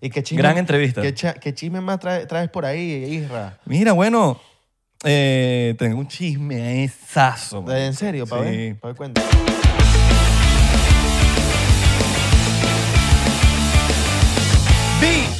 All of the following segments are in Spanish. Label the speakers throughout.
Speaker 1: ¿Y qué chisme-
Speaker 2: Gran entrevista.
Speaker 1: ¿Qué, cha- qué chisme más trae- traes por ahí, Isra?
Speaker 2: Mira, bueno, eh, tengo un chisme ahí, sazo. man.
Speaker 1: ¿En serio? ¿Para
Speaker 2: Sí.
Speaker 1: ver? ¿Para ver cuenta?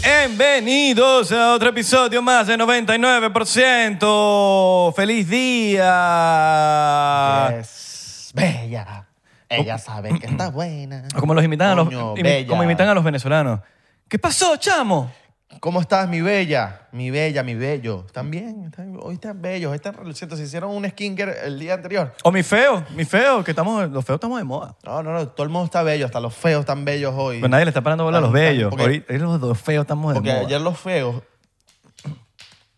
Speaker 2: Bienvenidos a otro episodio más de 99%. ¡Feliz día!
Speaker 1: Es bella. Ella sabe que está buena.
Speaker 2: O Como los imitan, a
Speaker 1: Coño,
Speaker 2: los, imi-
Speaker 1: bella.
Speaker 2: como imitan a los venezolanos. ¿Qué pasó, chamo?
Speaker 1: ¿Cómo estás, mi bella? Mi bella, mi bello. ¿Están bien? ¿Están- hoy están bellos, hoy están relucientes. Se hicieron un skincare el día anterior.
Speaker 2: O mi feo, mi feo, que estamos, los feos estamos de moda.
Speaker 1: No, no, no. Todo el mundo está bello. Hasta los feos están bellos hoy.
Speaker 2: Pero nadie le está parando bola a los
Speaker 1: Están-
Speaker 2: bellos.
Speaker 1: porque-
Speaker 2: Ahorita- ahorita los dos feos estamos de
Speaker 1: Porque
Speaker 2: moda.
Speaker 1: ayer los feos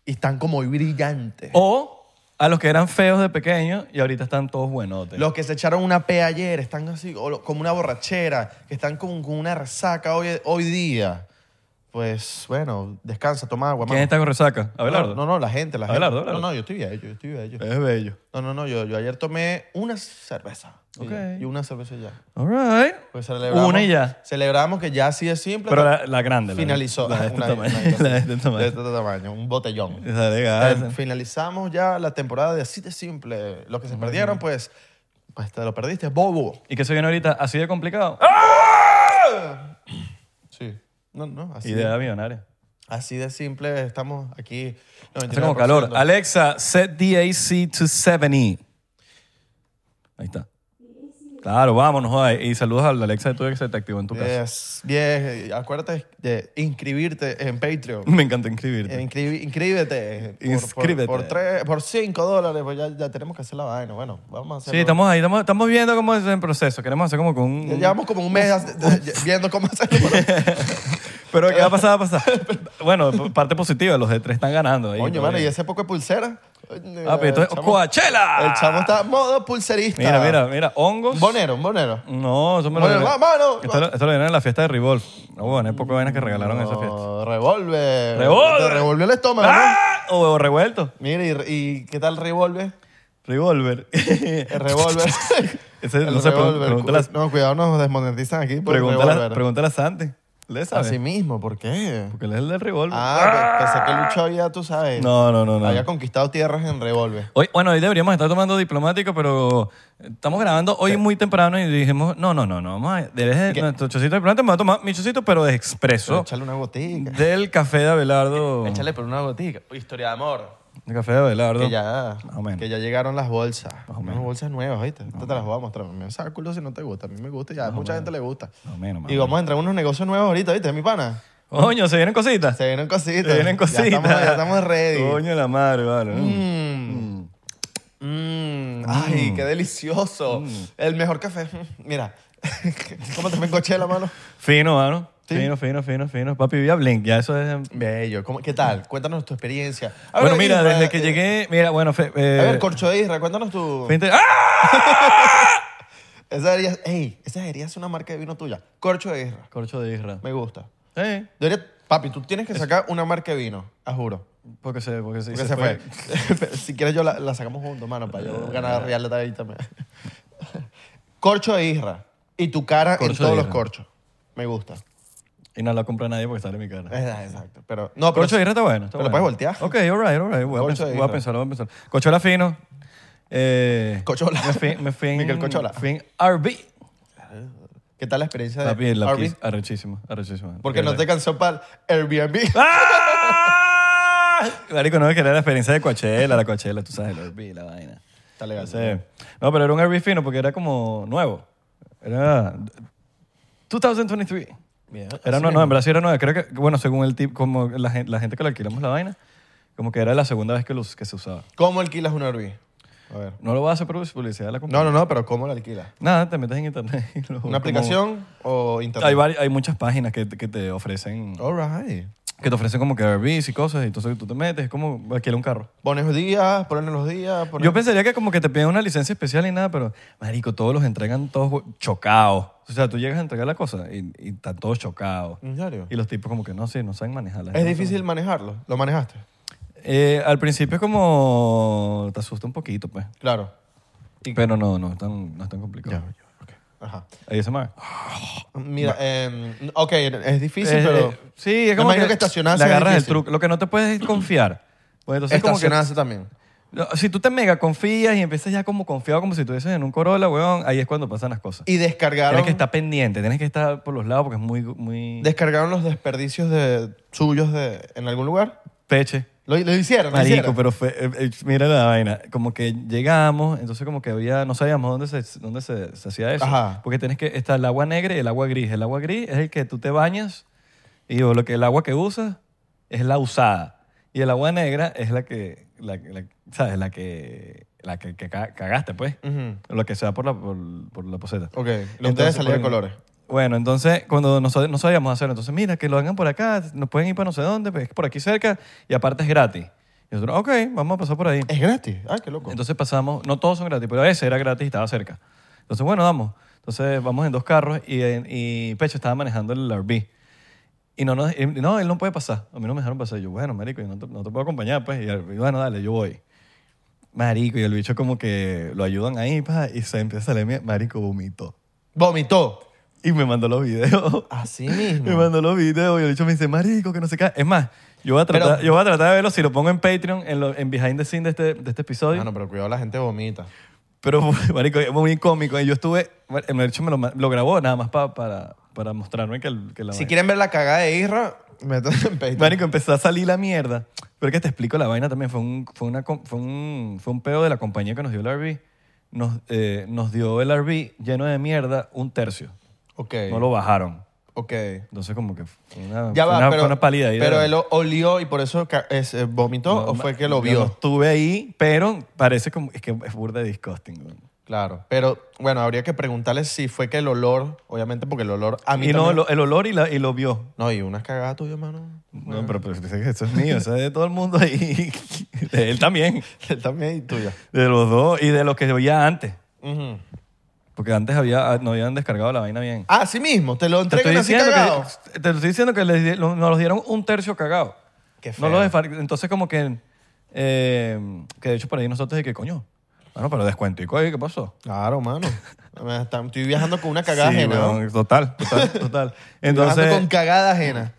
Speaker 1: están como hoy brillantes.
Speaker 2: O a los que eran feos de pequeños y ahorita están todos buenotes.
Speaker 1: Los que se echaron una P ayer están así, o lo- como una borrachera, que están con, con una resaca hoy, hoy día. Pues bueno, descansa, toma agua.
Speaker 2: ¿Quién
Speaker 1: mano.
Speaker 2: está con resaca? Abelardo.
Speaker 1: No, no, la gente, la
Speaker 2: Abelardo,
Speaker 1: gente.
Speaker 2: Abelardo.
Speaker 1: No, no, yo estoy bello, yo estoy bello.
Speaker 2: Es bello.
Speaker 1: No, no, no, yo, yo ayer tomé una cerveza. y
Speaker 2: Ok.
Speaker 1: ya, Y una cerveza y ya.
Speaker 2: All right.
Speaker 1: Pues celebramos,
Speaker 2: Una y ya.
Speaker 1: Celebramos que ya así de simple.
Speaker 2: Pero la, la grande. la-
Speaker 1: finalizó.
Speaker 2: La, de este
Speaker 1: Una-
Speaker 2: tamaño.
Speaker 1: una-
Speaker 2: La de este
Speaker 1: de
Speaker 2: tamaño. Ah,
Speaker 1: este tamaño, un botellón.
Speaker 2: Esa de
Speaker 1: Eh,
Speaker 2: gas.
Speaker 1: finalizamos ya la temporada de así de simple. Los que se perdieron, pues, pues te lo perdiste, bobo.
Speaker 2: ¿Y qué se viene ahorita? ¿Así de complicado?
Speaker 1: Ah, Sí. No, no, así,
Speaker 2: Idea millonaria.
Speaker 1: así de simple estamos aquí.
Speaker 2: Hace como calor. Alexa, set DAC to 70. Ahí está. Claro, vámonos. joder. Y saludos a la Alexa de tuya que se te activó en tu casa.
Speaker 1: Yes, yes. Acuérdate de inscribirte en Patreon.
Speaker 2: Me encanta inscribirte.
Speaker 1: Inscri- Inscríbete. Por-
Speaker 2: Inscríbete.
Speaker 1: Por, por, tres, por cinco dólares, pues ya, ya tenemos que hacer la vaina. Bueno, vamos a hacer
Speaker 2: Sí, estamos ahí, estamos, estamos viendo cómo es el proceso. Queremos hacer como con
Speaker 1: Ya
Speaker 2: un...
Speaker 1: llevamos como un mes hace- de- viendo cómo hacerlo.
Speaker 2: Pero ¿qué va a pasar? Va a pasar. bueno, p- parte positiva, los de tres están ganando. Ahí,
Speaker 1: Coño,
Speaker 2: Todo
Speaker 1: mano, y
Speaker 2: bien.
Speaker 1: ese poco de pulsera.
Speaker 2: Ah, pero entonces,
Speaker 1: El chamo-
Speaker 2: ¡Coachella!
Speaker 1: El chamo está modo pulserista.
Speaker 2: Mira, mira, mira, hongos.
Speaker 1: Un bonero, un bonero.
Speaker 2: No, eso me lo
Speaker 1: Bueno,
Speaker 2: dieron-
Speaker 1: va, mano.
Speaker 2: Esto, lo- esto lo dieron en la fiesta de Revolve. No, bueno, hay poco vainas que regalaron en esa fiesta.
Speaker 1: No, Oh, Revolver.
Speaker 2: Revolver.
Speaker 1: Te revolvió el estómago. ¿no?
Speaker 2: ¡Ah! O huevo revuelto.
Speaker 1: Mira, y, y ¿qué tal Revolver?
Speaker 2: Revolver.
Speaker 1: El Revolver.
Speaker 2: Ese, no sé, pregun-
Speaker 1: Revolver.
Speaker 2: pregúntale,
Speaker 1: No, cuidado, nos desmonetizan aquí
Speaker 2: a-
Speaker 1: por
Speaker 2: pregúntale, a-
Speaker 1: Revolver.
Speaker 2: pregúntale a Santi. ¿Le sabe?
Speaker 1: Así mismo, ¿por qué?
Speaker 2: Porque él es el del Revolver.
Speaker 1: Ah, pe- pensé que Lucho había, tú sabes.
Speaker 2: no, no, no. no.
Speaker 1: Había conquistado tierras en Revolver.
Speaker 2: Hoy, bueno, hoy deberíamos estar tomando diplomático, pero estamos grabando hoy muy temprano y dijimos, no, no, no, no, vamos a dejar nuestro chocito de diplomático, me voy a tomar mi chocito, pero de expreso,
Speaker 1: Échale una gotica.
Speaker 2: del café de Abelardo.
Speaker 1: Échale por una gotica. Historia de amor.
Speaker 2: El café de Abelardo.
Speaker 1: Que ya,
Speaker 2: Más o menos.
Speaker 1: que ya llegaron las bolsas.
Speaker 2: o
Speaker 1: Unas bolsas nuevas, ¿viste? Esta te las voy a mostrar. Me saca el culo si no te gusta. A mí me gusta y a mucha gente le gusta.
Speaker 2: Más o menos, más
Speaker 1: y
Speaker 2: o
Speaker 1: vamos a entrar en unos negocios nuevos ahorita, ¿viste? Mi pana.
Speaker 2: Coño, se vienen cositas.
Speaker 1: Se vienen cositas.
Speaker 2: Se vienen cositas.
Speaker 1: Ya estamos, ya estamos ready.
Speaker 2: Coño, la madre, vale. Mm.
Speaker 1: Mm. Mm.
Speaker 2: Ah.
Speaker 1: Ay, qué delicioso.
Speaker 2: Mm.
Speaker 1: El mejor café. Mira, ¿cómo te me encoché la mano?
Speaker 2: Fino, mano.
Speaker 1: Sí.
Speaker 2: Fino, fino, fino, fino. Papi, vía Blink, ya eso es.
Speaker 1: Bello. ¿Cómo- ¿Qué tal? Cuéntanos tu experiencia. A ver,
Speaker 2: Bueno, mira,
Speaker 1: Isra,
Speaker 2: desde que
Speaker 1: eh,
Speaker 2: llegué. Mira, bueno, fe- eh,
Speaker 1: A ver, Corcho de Isra, cuéntanos tu...
Speaker 2: finte- ¡Ah!
Speaker 1: Esa debería, ey, esa debería ser una marca de vino tuya. Corcho de Isra.
Speaker 2: Corcho de Isra.
Speaker 1: Me gusta.
Speaker 2: Sí,
Speaker 1: Debería- papi, tú tienes que sacar una marca de vino, a juro.
Speaker 2: porque se, porque se, Ah.
Speaker 1: Porque se, fue. Pero si quieres, yo la, la sacamos juntos, mano, para yo ganar real de ahí también. Corcho de Isra. Y tu cara en
Speaker 2: Corcho e de
Speaker 1: todos los
Speaker 2: Isra.
Speaker 1: corchos. Me gusta.
Speaker 2: Y no la compra nadie porque sale mi cara.
Speaker 1: Eh, Exacto. Pero, no, pero,
Speaker 2: Corcho e de Isra está bueno.
Speaker 1: Te
Speaker 2: está
Speaker 1: lo
Speaker 2: bueno.
Speaker 1: puedes voltear.
Speaker 2: Ok, all right, all right. Voy a,
Speaker 1: Corcho
Speaker 2: pensar,
Speaker 1: de
Speaker 2: voy a
Speaker 1: Isra.
Speaker 2: pensarlo, voy a pensarlo. Cochola fino. Eh,
Speaker 1: Cochola.
Speaker 2: Me fui, me fui en-
Speaker 1: Miguel Cochola.
Speaker 2: Fui en RB.
Speaker 1: ¿Qué tal la experiencia
Speaker 2: Papi,
Speaker 1: de
Speaker 2: la
Speaker 1: Airbnb?
Speaker 2: pizza, arrechísima, arrechísima.
Speaker 1: Porque
Speaker 2: De
Speaker 1: no te
Speaker 2: verdad.
Speaker 1: cansó para Airbnb.
Speaker 2: ¡Ah! Marico, no me quería la experiencia de Coachella, la Coachella, tú sabes, el RB, la vaina.
Speaker 1: Está legal.
Speaker 2: Sí. No, pero era un RB fino porque era como nuevo. Era 2023.
Speaker 1: Bien.
Speaker 2: Era
Speaker 1: Así
Speaker 2: no,
Speaker 1: mismo.
Speaker 2: no, en Brasil era nueva. Creo que, bueno, según el tip, como la gente, la gente que le alquilamos la vaina, como que era la segunda vez que, los, que se usaba.
Speaker 1: ¿Cómo alquilas un Airbnb? A ver.
Speaker 2: No lo vas a hacer por publicidad de la compañía.
Speaker 1: No, no, no, pero ¿cómo lo alquilas?
Speaker 2: Nada, te metes en internet. y lo- Pues como-
Speaker 1: ¿Una aplicación o internet?
Speaker 2: Hay, vari- hay muchas páginas que, te- que te ofrecen
Speaker 1: All right.
Speaker 2: que te ofrecen como que Airbnb y cosas, y entonces tú te metes, es como alquilar un carro.
Speaker 1: Pones los días, ponen los días. pones-
Speaker 2: Yo pensaría que como que te piden una licencia especial y nada, pero marico, todos los entregan todos jue- chocados. O sea, tú llegas a entregar la cosa y, y están todos chocados.
Speaker 1: ¿En serio?
Speaker 2: Y los tipos como que no sé, no saben manejarla.
Speaker 1: Es difícil manejarlo. ¿Lo manejaste?
Speaker 2: Eh, al principio es como te asusta un poquito, pues.
Speaker 1: Claro.
Speaker 2: Pero no, no es tan, no es tan complicado.
Speaker 1: Ok. Ajá.
Speaker 2: ASMR.
Speaker 1: Mira, eh, ok, es difícil,
Speaker 2: Eh,
Speaker 1: pero.
Speaker 2: eh, sí, es como
Speaker 1: Me imagino que estacionarse
Speaker 2: Le
Speaker 1: es
Speaker 2: agarras el
Speaker 1: difícil.
Speaker 2: truco. Lo que no te puedes es confiar. Pues entonces como que-
Speaker 1: Estacionarse también.
Speaker 2: No, Si tú te mega confías y empiezas ya como confiado, como si estuvieses en un Corolla, weón, ahí es cuando pasan las cosas.
Speaker 1: Y descargaron,
Speaker 2: Tienes que estar pendiente, tienes que estar por los lados porque es muy, muy
Speaker 1: descargaron los desperdicios de, suyos de, en algún lugar.
Speaker 2: peche.
Speaker 1: Lo, lo hicieron, lo
Speaker 2: Marico,
Speaker 1: hicieron.
Speaker 2: pero fue, eh, eh, mira la vaina. Como que llegamos, entonces como que había, no sabíamos dónde se, dónde se, se hacía eso.
Speaker 1: Ajá.
Speaker 2: Porque tienes que, está el agua negra y el agua gris. El agua gris es el que tú te bañas y o lo que el agua que usas es la usada. Y el agua negra es la que, la, la- ¿sabes? La que, la que, que ca- cagaste, pues.
Speaker 1: Ujú.
Speaker 2: Lo que se da por la, por, por la poseta.
Speaker 1: Ok,
Speaker 2: Entonces,
Speaker 1: lo ustedes salían de
Speaker 2: bueno,
Speaker 1: colores.
Speaker 2: Bueno, entonces, cuando nosotros no sabíamos hacerlo, entonces, mira, que lo hagan por acá, nos pueden ir para no sé dónde, pues, es por aquí cerca, y aparte es gratis. Y nosotros, ok, vamos a pasar por ahí.
Speaker 1: Es gratis. Ah, qué loco.
Speaker 2: Entonces pasamos, no todos son gratis, pero ese era gratis y estaba cerca. Entonces, bueno, vamos. Entonces, vamos en dos carros y, en- y Pecho estaba manejando el RV. Y no, no, no, él no puede pasar. A mí no me dejaron pasar. Yo, bueno, marico, yo no te, no te puedo acompañar, pues. Y, el- y bueno, dale, yo voy. Marico, y el bicho como que lo ayudan ahí, pa, y se empieza a salir, mi- marico, vomitó.
Speaker 1: Vomitó.
Speaker 2: Y me mandó los videos.
Speaker 1: Así
Speaker 2: Me
Speaker 1: mismo.
Speaker 2: mandó los videos y el bicho me dice, marico, que no sé qué. Es más, yo voy a tratar,
Speaker 1: Pero-
Speaker 2: yo voy a tratar de verlo si lo pongo en Patreon, en, lo- en behind the scenes de este, de este episodio.
Speaker 1: Ah, no, pero cuidado, la gente vomita.
Speaker 2: Pero, marico, es muy cómico. Y yo estuve, el bicho me lo, ma- lo grabó nada más pa- para, para mostrarme que, el- que la
Speaker 1: Si
Speaker 2: vaina-
Speaker 1: quieren ver la cagada de Isra, métanse en Patreon.
Speaker 2: Marico, empezó a salir la mierda. Pero que te explico la vaina también. Fue un, fue una, com- fue un, fue un pedo de la compañía que nos dio el RV. Nos, eh, nos dio el RV lleno de mierda un tercio.
Speaker 1: Ok.
Speaker 2: No lo bajaron.
Speaker 1: Ok.
Speaker 2: Entonces como que fue una,
Speaker 1: Ya
Speaker 2: fue
Speaker 1: va,
Speaker 2: una-
Speaker 1: pero,
Speaker 2: fue una pálida ahí de-
Speaker 1: pero él o- olió y por eso ca- es- eh, vomitó
Speaker 2: No,
Speaker 1: o fue que lo
Speaker 2: yo
Speaker 1: vio.
Speaker 2: no estuve ahí, pero parece como... Es que es burda de disgusting. güey.
Speaker 1: Claro, pero bueno, habría que preguntarle si fue que el olor, obviamente porque el olor a mí
Speaker 2: Y no,
Speaker 1: también-
Speaker 2: lo- el olor y, la- y lo vio.
Speaker 1: No, y unas cagadas tuyas, mano.
Speaker 2: No, pero, pero dice que eso es mío, eso es de todo el mundo ahí. De él también.
Speaker 1: Él también y tuya.
Speaker 2: De los dos y de los que veía antes.
Speaker 1: Ujú.
Speaker 2: Porque antes había, ah, no habían descargado la vaina bien.
Speaker 1: Ah, sí mismo, te lo
Speaker 2: Te estoy,
Speaker 1: entregan así
Speaker 2: diciendo
Speaker 1: cagado.
Speaker 2: que, te estoy diciendo que les di- lo- nos los dieron un tercio cagado.
Speaker 1: Qué feo.
Speaker 2: No lo desfar- Entonces, como que. eh, que de hecho, por ahí nosotros de que coño. Bueno, pero descuentico ahí, ¿qué pasó?
Speaker 1: Claro, mano. Me está- Estoy viajando con una cagada
Speaker 2: Sí,
Speaker 1: ajena. ¿no?
Speaker 2: weón, total, total, total.
Speaker 1: Viajando con
Speaker 2: Entonces,
Speaker 1: cagada ajena.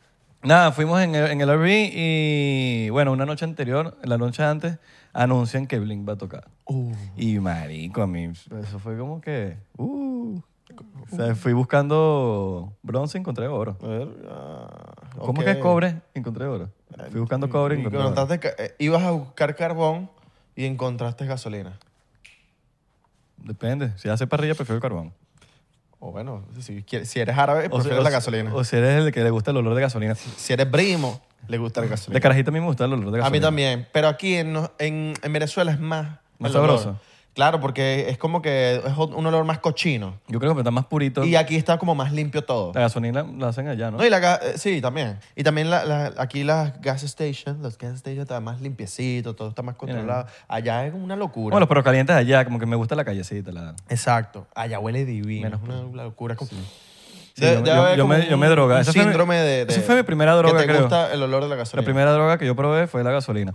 Speaker 2: nada, fuimos en el, en el RV y, bueno, una noche anterior, la noche antes, anuncian que Blink va a tocar. Y marico, a mí eso fue como que... Uh, o sea, fui buscando bronce y encontré oro. ¿Cómo que cobre? Encontré oro. Fui
Speaker 1: Mm,
Speaker 2: buscando cobre y encontré oro.
Speaker 1: Encontraste ca- eh, ibas a buscar carbón y encontraste gasolina.
Speaker 2: Depende. Si hace parrilla, prefiero el carbón.
Speaker 1: O bueno, si, quieres- si eres árabe,
Speaker 2: O si-
Speaker 1: prefieres
Speaker 2: o
Speaker 1: la
Speaker 2: si-
Speaker 1: gasolina.
Speaker 2: O si eres el que le gusta el olor de gasolina.
Speaker 1: Si eres primo, le gusta la gasolina.
Speaker 2: De carajita a mí me gusta el olor de gasolina.
Speaker 1: A mí también. Pero aquí en, en, en Venezuela es más.
Speaker 2: Más
Speaker 1: el olor.
Speaker 2: sabroso.
Speaker 1: Claro, porque es como que es o- un olor más cochino.
Speaker 2: Yo creo que está más purito.
Speaker 1: Y aquí está como más limpio todo.
Speaker 2: La gasolina la hacen allá, ¿no?
Speaker 1: No, y la ga- eh, sí, también. Y también la- la- aquí las gas stations, los gas stations están más limpiecitos, todo está más controlado. Allá es una locura.
Speaker 2: Bueno, los pero calientes allá, como que me gusta la callecita. La...
Speaker 1: Exacto. Allá huele divino.
Speaker 2: Menos
Speaker 1: es una locura. como-
Speaker 2: Sí,
Speaker 1: De-
Speaker 2: yo,
Speaker 1: debe
Speaker 2: yo-
Speaker 1: haber
Speaker 2: yo
Speaker 1: como
Speaker 2: me, yo me
Speaker 1: un-
Speaker 2: droga.
Speaker 1: un
Speaker 2: Esa fue mi-
Speaker 1: síndrome de, de-
Speaker 2: Esa fue mi primera droga,
Speaker 1: Que te
Speaker 2: creo.
Speaker 1: gusta el olor de la gasolina.
Speaker 2: La primera droga que yo probé fue la gasolina.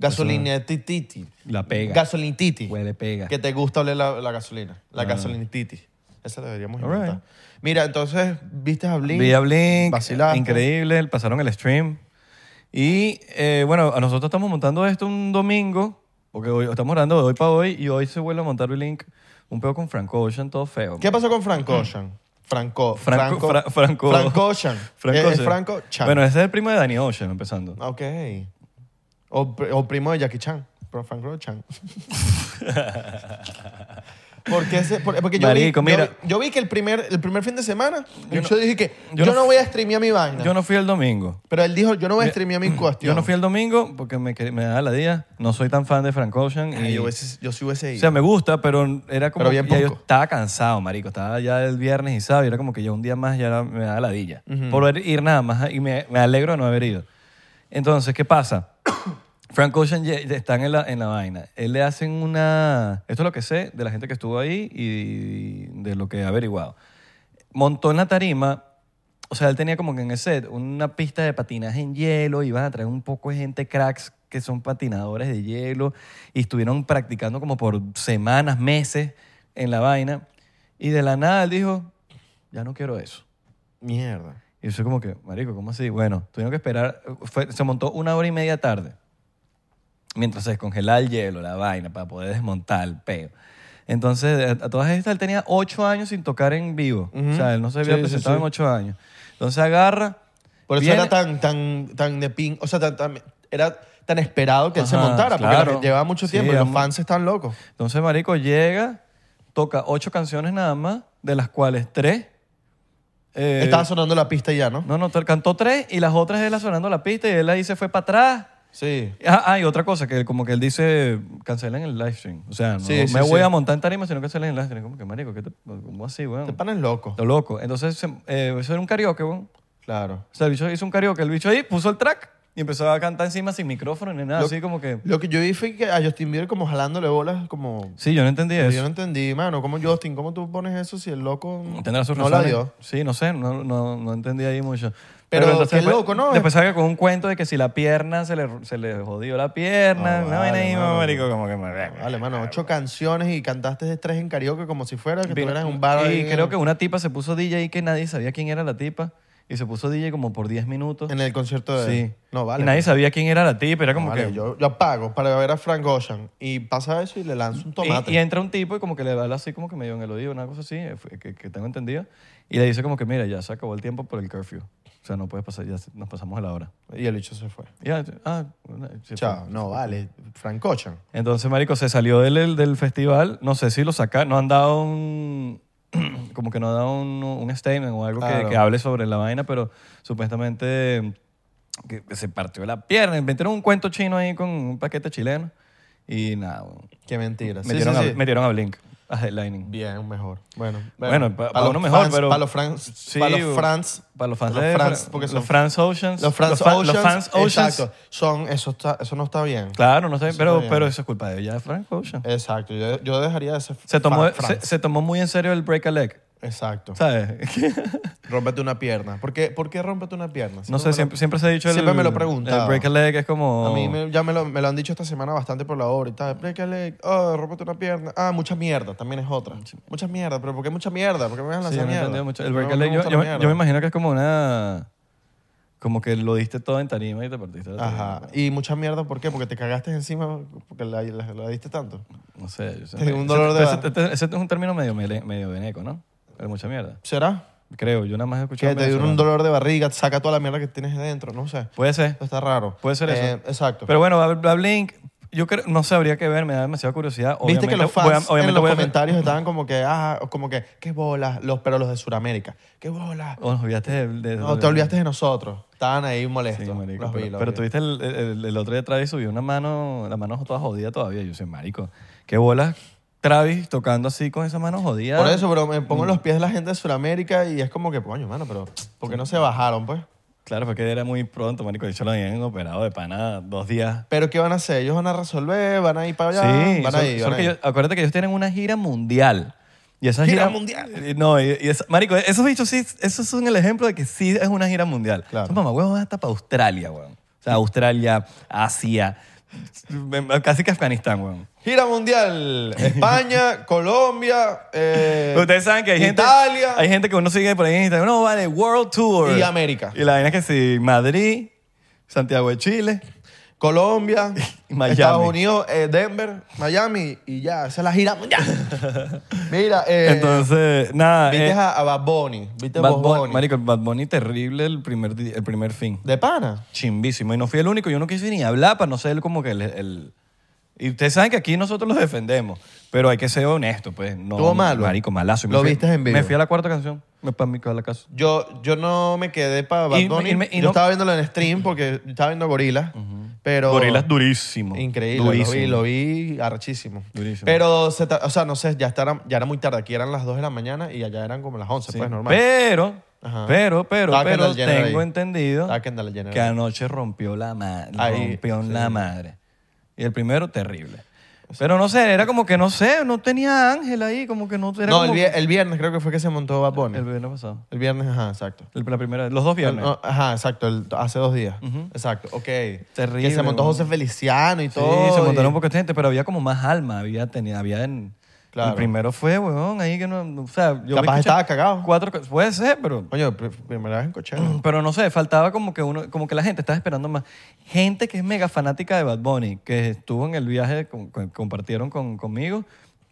Speaker 1: Gasolinititi.
Speaker 2: La pega.
Speaker 1: Gasolinititi.
Speaker 2: Huele pega.
Speaker 1: Que te gusta oler la, la gasolina. La gasolinitis. Esa la deberíamos
Speaker 2: Ah. All right.
Speaker 1: inventar. Mira, entonces, ¿viste a Blink?
Speaker 2: Villa Blink,
Speaker 1: Vacilaste.
Speaker 2: increíble, pasaron el stream. Y eh, bueno, a nosotros estamos montando esto un domingo, porque hoy estamos orando de hoy para hoy, y hoy se vuelve a montar Blink un pedo con Franco Ocean, todo feo.
Speaker 1: ¿Qué pasó con Frank Ocean? Franco.
Speaker 2: Franco-
Speaker 1: Franco.
Speaker 2: Fra- Franco-
Speaker 1: Frank Ocean.
Speaker 2: Franco
Speaker 1: Eh, eh,
Speaker 2: Ocean.
Speaker 1: Franco Chan.
Speaker 2: Bueno, ese es el primo de Danny Ocean, empezando.
Speaker 1: Ok. O, pr- o primo de Jackie Chan. Pero Franco Chan. Porque, ese, por- porque yo,
Speaker 2: Marico,
Speaker 1: vi, yo
Speaker 2: mira.
Speaker 1: vi- yo vi que el primer, el primer fin de semana, yo,
Speaker 2: Yo no-
Speaker 1: dije que
Speaker 2: yo
Speaker 1: yo,
Speaker 2: no
Speaker 1: no,
Speaker 2: f-
Speaker 1: voy a streamear mi vaina.
Speaker 2: Yo no fui el domingo.
Speaker 1: pero él dijo, yo no voy a streamear mi cuestión.
Speaker 2: Yo no fui el domingo porque me, quer- me daba la día. No soy tan fan de Franco Ocean.
Speaker 1: Ay,
Speaker 2: y-
Speaker 1: yo, hubiese- yo sí hubiese
Speaker 2: O
Speaker 1: ido.
Speaker 2: sea, me gusta, pero era como
Speaker 1: Pero bien
Speaker 2: ya yo
Speaker 1: poco.
Speaker 2: estaba cansado, marico. Estaba ya el viernes y sábado y era como que ya un día más ya era- me da ladilla. Por ir nada más y me, me alegro de no haber ido. Entonces, ¿qué pasa? Frank Ocean ye- ye- están en la, en la vaina. Él le hacen una... Esto es lo que sé de la gente que estuvo ahí y de lo que he averiguado. Montó en la tarima... O sea, él tenía como que en el set una pista de patinaje en hielo, iban a traer un poco de gente cracks que son patinadores de hielo y estuvieron practicando como por semanas, meses en la vaina. Y de la nada él dijo, ya no quiero eso.
Speaker 1: Mierda.
Speaker 2: Y yo soy como que, marico, ¿cómo así? Bueno, tuvieron que esperar. fue- se montó una hora y media tarde. Mientras se descongelaba el hielo, la vaina, para poder desmontar el peo. Entonces, a, a todas estas, él tenía ocho años sin tocar en vivo. O sea, él no se había
Speaker 1: Sí, sí,
Speaker 2: presentado
Speaker 1: sí.
Speaker 2: en ocho años. Entonces agarra.
Speaker 1: Por eso
Speaker 2: viene-
Speaker 1: era tan, tan, tan de pin. O sea, tan, tan- era tan esperado que él se
Speaker 2: Ajá,
Speaker 1: montara, porque
Speaker 2: claro.
Speaker 1: la- llevaba mucho
Speaker 2: Sí,
Speaker 1: tiempo y
Speaker 2: era
Speaker 1: los
Speaker 2: mu-
Speaker 1: fans están locos.
Speaker 2: Entonces, marico, llega, toca ocho canciones nada más, de las cuales tres... eh,
Speaker 1: Estaba sonando la pista y ya, ¿no?
Speaker 2: No, no, te- cantó tres y las otras él sonando la pista y él ahí se fue para atrás.
Speaker 1: Sí.
Speaker 2: Ah, ah, y otra cosa, que como que él dice, cancelen el live stream. O sea, no
Speaker 1: Sí,
Speaker 2: me
Speaker 1: sí,
Speaker 2: voy
Speaker 1: sí.
Speaker 2: a montar en tarima si no cancelen el live stream. Como que, marico, ¿qué te- ¿cómo así,
Speaker 1: Este
Speaker 2: weón?
Speaker 1: pan es loco.
Speaker 2: Lo loco. Entonces, se- eh, eso era un karaoke, weón.
Speaker 1: Claro.
Speaker 2: O sea, el bicho hizo un karaoke. El bicho ahí puso el track y empezó a cantar encima sin micrófono ni nada.
Speaker 1: Lo-
Speaker 2: así como que...
Speaker 1: Lo que yo vi fue que a Justin Bieber como jalándole bolas, como...
Speaker 2: Sí, yo no entendí
Speaker 1: Yo no
Speaker 2: eso.
Speaker 1: entendí, mano. ¿Cómo Justin? ¿Cómo tú pones eso si el loco
Speaker 2: Tendrá sus
Speaker 1: no la
Speaker 2: razones.
Speaker 1: dio?
Speaker 2: Sí, no sé, no, no, no entendí ahí mucho.
Speaker 1: Pero qué
Speaker 2: después-
Speaker 1: loco, ¿no?
Speaker 2: Después salga con un cuento de que si la pierna se le, se le jodió la pierna,
Speaker 1: No,
Speaker 2: una
Speaker 1: Ah, vale,
Speaker 2: vaina ahí,
Speaker 1: mano.
Speaker 2: marico, como que me
Speaker 1: Vale, mano. Ocho canciones y cantaste de tres en karaoke como si fuera que
Speaker 2: Vino-
Speaker 1: tuvieras un bar ahí
Speaker 2: Y
Speaker 1: en-
Speaker 2: creo que una tipa se puso DJ y que nadie sabía quién era la tipa. Y se puso DJ como por 10 minutos.
Speaker 1: en el concierto de...
Speaker 2: Sí.
Speaker 1: No, vale.
Speaker 2: Y nadie sabía quién era la tipa. Era como
Speaker 1: Vale,
Speaker 2: que.
Speaker 1: yo, yo apago para ver a Frank Ocean y pasa eso y le lanzo un tomate.
Speaker 2: Y, y entra un tipo y como que le habla así como que medio en el oído, una cosa así, eh, fue- que, que tengo entendido. Y le dice como que, mira, ya se acabó el tiempo por el curfew. O sea, no puedes pasar, ya se- nos pasamos a la hora.
Speaker 1: Y el bicho se fue.
Speaker 2: Ya, ah, bueno, se fue.
Speaker 1: Chao. No, vale. Frank Ocean.
Speaker 2: Entonces, marico, se salió del, del festival. No sé si lo sacaron. No han dado un... Como que no han dado un, un statement o algo que-
Speaker 1: Claro.
Speaker 2: que, hable sobre la vaina, pero supuestamente que, que se partió la pierna. Inventaron un cuento chino ahí con un paquete chileno. Y nada, bueno.
Speaker 1: Qué mentira. Sí,
Speaker 2: metieron,
Speaker 1: sí,
Speaker 2: a,
Speaker 1: sí.
Speaker 2: metieron a Blink, a headlining.
Speaker 1: Bien, mejor. Bueno,
Speaker 2: Bueno, pa- pa
Speaker 1: los
Speaker 2: uno mejor,
Speaker 1: fans-
Speaker 2: pero-
Speaker 1: Para los fans,
Speaker 2: Sí,
Speaker 1: para los
Speaker 2: o-
Speaker 1: fans,
Speaker 2: Para los fans
Speaker 1: los
Speaker 2: de...
Speaker 1: Frans, porque son-
Speaker 2: los Frans Oceans.
Speaker 1: los fans
Speaker 2: fa-
Speaker 1: oceans,
Speaker 2: Los fans Oceans.
Speaker 1: exacto, son, eso, está, eso no está bien.
Speaker 2: Claro, no sé,
Speaker 1: está
Speaker 2: pero,
Speaker 1: bien.
Speaker 2: pero eso es culpa de ella, de Frank Ocean.
Speaker 1: Exacto, yo, yo dejaría de ser
Speaker 2: Se tomó,
Speaker 1: fan-
Speaker 2: se,
Speaker 1: Eh, Frans.
Speaker 2: se tomó muy en serio el break a leg,
Speaker 1: Exacto,
Speaker 2: ¿sabes?
Speaker 1: rómpete una pierna. ¿Por qué, por qué rómpete una pierna?
Speaker 2: No sé,
Speaker 1: me lo-
Speaker 2: siempre, siempre se ha dicho el-
Speaker 1: siempre me lo he preguntado.
Speaker 2: El break a leg es como.
Speaker 1: A mí me- ya me lo, me lo han dicho esta semana bastante por la obra y tal. Explícale, oh, rómpete una pierna. Ah, mucha mierda, también es otra. Mucha mierda, pero ¿por qué mucha mierda? ¿Por qué me vas a
Speaker 2: Sí,
Speaker 1: lanzar
Speaker 2: yo no he
Speaker 1: mierda?
Speaker 2: entendido mucho. El
Speaker 1: No,
Speaker 2: break a
Speaker 1: no
Speaker 2: leg, yo,
Speaker 1: gusta
Speaker 2: yo
Speaker 1: la
Speaker 2: me- yo
Speaker 1: mierda.
Speaker 2: me imagino que es como una. Como que lo diste todo en tarima y te partiste. la
Speaker 1: Ajá,
Speaker 2: tarima.
Speaker 1: y mucha mierda, ¿por qué? Porque te cagaste encima, porque la, la- la diste tanto.
Speaker 2: No sé. yo sé-
Speaker 1: Tengo un dolor de
Speaker 2: ese-
Speaker 1: bar.
Speaker 2: ese- ese es un término medio, mele- medio veneco, ¿no? Pero mucha mierda.
Speaker 1: ¿Será?
Speaker 2: Creo, yo nada más he escuchado.
Speaker 1: Que te dio un
Speaker 2: venezolano.
Speaker 1: dolor de barriga, saca toda la mierda que tienes dentro, no sé.
Speaker 2: Puede ser.
Speaker 1: Esto está raro.
Speaker 2: Puede ser eso.
Speaker 1: Eh, Exacto.
Speaker 2: Pero bueno, Bla- Bla- Blink, yo creo, no sabría qué ver, me da demasiada curiosidad.
Speaker 1: Viste que
Speaker 2: Obviamente
Speaker 1: los
Speaker 2: voy a-
Speaker 1: fans
Speaker 2: obviamente
Speaker 1: en los
Speaker 2: voy a-
Speaker 1: comentarios estaban como que, ah, como que, qué bolas, los, pero los de Sudamérica, qué bolas.
Speaker 2: Oh, nos olvidaste de, de-
Speaker 1: No, te olvidaste de nosotros. Estaban ahí molestos.
Speaker 2: Sí, marico,
Speaker 1: Los vi,
Speaker 2: pero,
Speaker 1: los
Speaker 2: pero
Speaker 1: vi.
Speaker 2: tuviste el, el- el otro día Travis subió una mano, la mano toda jodida todavía. Yo soy marico, qué bolas Travis tocando así con esa mano jodida.
Speaker 1: Por eso, pero me pongo en
Speaker 2: Mm.
Speaker 1: los pies de la gente de Sudamérica y es como que, coño, mano, pero ¿por qué no se bajaron, pues?
Speaker 2: Claro, porque era muy pronto, marico. De hecho, lo habían operado de pana dos días.
Speaker 1: Pero ¿qué van a hacer? Ellos van a resolver, van a ir para allá,
Speaker 2: sí,
Speaker 1: Ah, van
Speaker 2: son-
Speaker 1: a ir,
Speaker 2: son
Speaker 1: van a
Speaker 2: que
Speaker 1: ir.
Speaker 2: ellos- acuérdate que ellos tienen una gira mundial. Y esa
Speaker 1: Gira
Speaker 2: gira,
Speaker 1: mundial.
Speaker 2: Y- No, y, y esa- marico, esos bichos sí, esos son el ejemplo de que sí es una gira mundial.
Speaker 1: Claro.
Speaker 2: Son mamagüevos hasta para Australia, weón. O sea, Australia, Asia, casi que Afganistán, weón.
Speaker 1: Gira mundial, España, Colombia, eh,
Speaker 2: Ustedes saben que hay gente,
Speaker 1: Italia,
Speaker 2: hay gente que uno sigue por ahí en Instagram, no, vale, World Tour.
Speaker 1: Y América.
Speaker 2: Y la vaina es que sí, Madrid, Santiago de Chile.
Speaker 1: Colombia,
Speaker 2: Y Miami.
Speaker 1: Estados Unidos, eh, Denver, Miami y ya, esa es la gira mundial. Mira, eh,
Speaker 2: Entonces, nada.
Speaker 1: viste
Speaker 2: eh,
Speaker 1: a, a Bad Bunny, viste a
Speaker 2: Bad
Speaker 1: Bad
Speaker 2: Bunny-
Speaker 1: Bunny.
Speaker 2: Marico, el Bad Bunny terrible el primer, di- el primer fin.
Speaker 1: De pana.
Speaker 2: Chimbísimo. Y no fui el único, yo no quise ni hablar para no ser como que el... el- y ustedes saben que aquí nosotros los defendemos, pero hay que ser honesto, pues. No,
Speaker 1: Estuvo malo.
Speaker 2: Marico, malazo. Y me
Speaker 1: Lo
Speaker 2: fui-
Speaker 1: viste en vivo.
Speaker 2: Me fui a la cuarta canción, me para mi a la casa.
Speaker 1: Yo, yo no me quedé para Bad
Speaker 2: Y-
Speaker 1: Bunny.
Speaker 2: y me- y
Speaker 1: yo
Speaker 2: no-
Speaker 1: estaba viéndolo en stream porque estaba viendo Gorilas. Pero.
Speaker 2: Gorilas durísimo.
Speaker 1: Increíble.
Speaker 2: Durísimo.
Speaker 1: Lo vi, lo vi arrechísimo.
Speaker 2: Durísimo.
Speaker 1: Pero, se ta- o sea, no sé, ya, estará- ya era muy tarde. Aquí eran las 2 de la mañana y allá eran como las 11,
Speaker 2: Sí.
Speaker 1: pues normal.
Speaker 2: Pero,
Speaker 1: Ajá.
Speaker 2: pero, pero,
Speaker 1: Estaba
Speaker 2: pero
Speaker 1: Kendall Jenner
Speaker 2: tengo
Speaker 1: ahí.
Speaker 2: entendido
Speaker 1: Estaba Kendall Jenner
Speaker 2: que
Speaker 1: ahí.
Speaker 2: anoche rompió la madre.
Speaker 1: Ahí,
Speaker 2: Rompió
Speaker 1: sí.
Speaker 2: la madre. Y el primero, terrible. Pero no sé, era como que no sé, no tenía a Ángel ahí, como que no era
Speaker 1: no, el,
Speaker 2: como-
Speaker 1: vie- el viernes creo que fue que se montó Bad Bunny.
Speaker 2: el
Speaker 1: El,
Speaker 2: viernes pasado.
Speaker 1: viernes, ajá, exacto.
Speaker 2: El- la primera, los dos viernes.
Speaker 1: No, ajá, exacto, el- hace dos días. Exacto, ok.
Speaker 2: Terrible,
Speaker 1: Que se montó
Speaker 2: weón.
Speaker 1: José Feliciano y
Speaker 2: sí,
Speaker 1: todo.
Speaker 2: se
Speaker 1: y-
Speaker 2: montaron un poco de gente, pero había como más alma, había, tenía, había en-
Speaker 1: Claro.
Speaker 2: El primero fue, weón, ahí que no. no- O sea, yo vi
Speaker 1: Capaz
Speaker 2: que
Speaker 1: estaba
Speaker 2: cha-
Speaker 1: cagado.
Speaker 2: Cuatro, co- puede ser, pero.
Speaker 1: Coño, pr- primera vez en Coachella.
Speaker 2: Pero no sé, faltaba como que uno, como que la gente estaba esperando más. Gente que es mega fanática de Bad Bunny, que estuvo en el viaje, con- con- compartieron con- conmigo,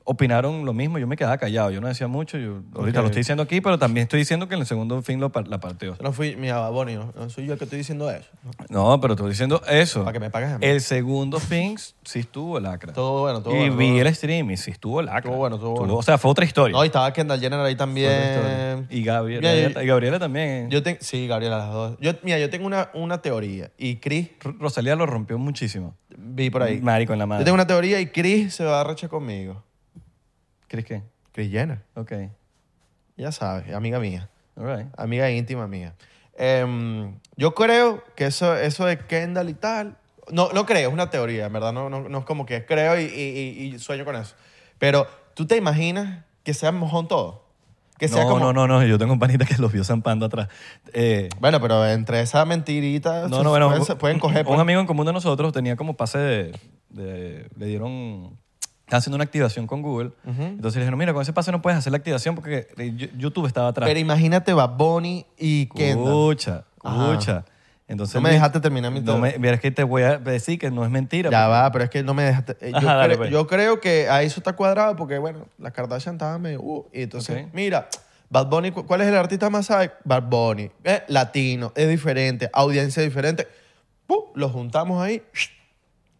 Speaker 2: opinaron lo mismo. Yo me quedaba callado, yo no decía mucho. Yo ahorita
Speaker 1: Ok.
Speaker 2: lo estoy diciendo aquí, pero también estoy diciendo que en el segundo fin lo, par- la partió.
Speaker 1: Yo no fui, mira, Bad Bunny, no, no soy yo el que estoy diciendo eso.
Speaker 2: No, pero estoy diciendo eso.
Speaker 1: Para que me pagues a mí.
Speaker 2: El segundo fin sí estuvo lacra.
Speaker 1: Todo bueno, todo
Speaker 2: Eh, y
Speaker 1: bueno.
Speaker 2: vi
Speaker 1: todo
Speaker 2: el streaming, sí estuvo lacra.
Speaker 1: Estuvo bueno, estuvo bueno.
Speaker 2: O sea, fue otra historia.
Speaker 1: No, y estaba Kendall Jenner ahí también.
Speaker 2: y Gabriela,
Speaker 1: Mira,
Speaker 2: y Gabriela también.
Speaker 1: Yo te- sí, Gabriela, las dos. Yo, mira, yo tengo una, una teoría y Chris,
Speaker 2: R- Rosalía lo rompió muchísimo.
Speaker 1: vi por ahí.
Speaker 2: Marico en la madre.
Speaker 1: Yo tengo una teoría y Chris se va a arrechar conmigo.
Speaker 2: ¿Crees que?
Speaker 1: Chris Jenner,
Speaker 2: Ok.
Speaker 1: ya sabes, amiga mía,
Speaker 2: All right.
Speaker 1: amiga íntima mía. Em, yo creo que eso, eso de Kendall y tal, no, no creo, es una teoría, en verdad, no, no, no es como que creo y, y- y- y sueño con eso. Pero, ¿tú te imaginas que sea mojón todo? Que sea
Speaker 2: no,
Speaker 1: como...
Speaker 2: no, no, no. Yo tengo un panita que los vio zampando atrás. Eh,
Speaker 1: Bueno, pero entre esa mentirita
Speaker 2: no,
Speaker 1: se-
Speaker 2: no, bueno.
Speaker 1: Ah, pueden, se
Speaker 2: un-
Speaker 1: pueden coger... pues.
Speaker 2: Un amigo en común de nosotros tenía como pase de. de- le dieron. Estaba haciendo una activación con Google. Entonces le dijeron, mira, con ese pase no puedes hacer la activación porque eh, Yo- YouTube estaba atrás.
Speaker 1: Pero imagínate Bad Bunny y Kendall.
Speaker 2: Escucha,
Speaker 1: Ajá.
Speaker 2: escucha. Entonces,
Speaker 1: No me
Speaker 2: vi-
Speaker 1: dejaste terminar mi
Speaker 2: no
Speaker 1: teoría.
Speaker 2: me- Mira, es que te voy a decir que no es mentira.
Speaker 1: Ya va, pero es que no me dejaste. eh, Yo,
Speaker 2: Ajá, pues. dale,
Speaker 1: cre-
Speaker 2: pues.
Speaker 1: yo creo que ahí eso está cuadrado porque, bueno, las Kardashian estaban medio. uh, y entonces,
Speaker 2: Ok.
Speaker 1: mira, Bad Bunny, ¿cu- ¿cuál es el artista más sabe? Bad Bunny. Eh, latino, es diferente, audiencia diferente. Puh, los juntamos ahí.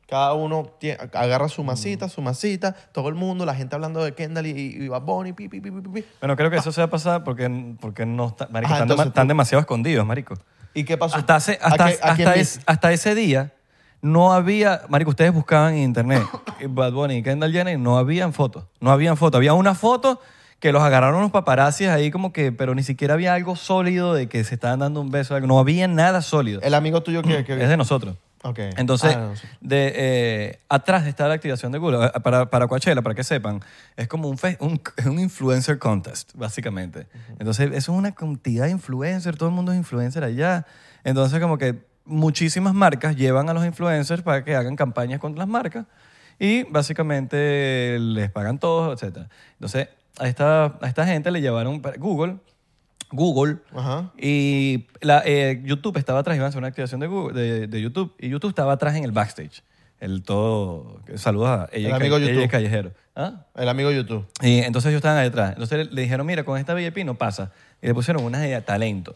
Speaker 1: Cada uno tie- agarra su
Speaker 2: Mm.
Speaker 1: masita, su masita, todo el mundo, la gente hablando de Kendall y, y Bad Bunny, pi, pi, pi, pi, pi, pi.
Speaker 2: Bueno, creo que eso se va a pasar porque, porque no está- marico,
Speaker 1: Ajá,
Speaker 2: están,
Speaker 1: Ah,
Speaker 2: dema-
Speaker 1: entonces tú-
Speaker 2: están demasiado escondidos, marico.
Speaker 1: ¿Y qué pasó?
Speaker 2: Hasta, hace-
Speaker 1: ¿A
Speaker 2: hasta,
Speaker 1: qué- a quién
Speaker 2: hasta
Speaker 1: vi-
Speaker 2: es- hasta ese día no había, marico, ustedes buscaban en internet eh, Bad Bunny y Kendall Jenner y no habían fotos, no habían fotos. Había una foto que los agarraron los paparazzis ahí como que, pero ni siquiera había algo sólido de que se estaban dando un beso, algo. no había nada sólido.
Speaker 1: El amigo tuyo que. que-
Speaker 2: Es de nosotros.
Speaker 1: Ok.
Speaker 2: Entonces,
Speaker 1: Ah, no sé.
Speaker 2: de, eh, atrás está la activación de Google. Eh, Para, para Coachella, para que sepan, es como un, fe- un, un influencer contest, básicamente. Entonces, eso es una cantidad de influencers, todo el mundo es influencer allá. Entonces, como que muchísimas marcas llevan a los influencers para que hagan campañas contra las marcas y básicamente les pagan todos, etc. Entonces, a esta, a esta gente le llevaron para- Google. Google
Speaker 1: Ajá.
Speaker 2: y la, eh, YouTube estaba atrás, iban a hacer una activación de, Google- de, de YouTube. Y YouTube estaba atrás en el backstage. El todo. Saludos a ella.
Speaker 1: El amigo
Speaker 2: ella
Speaker 1: YouTube.
Speaker 2: Callejero. ¿Ah?
Speaker 1: El amigo YouTube.
Speaker 2: Y entonces ellos estaban ahí atrás. Entonces le, le dijeron, mira, con esta VIP no pasa. Y le pusieron unas de talento.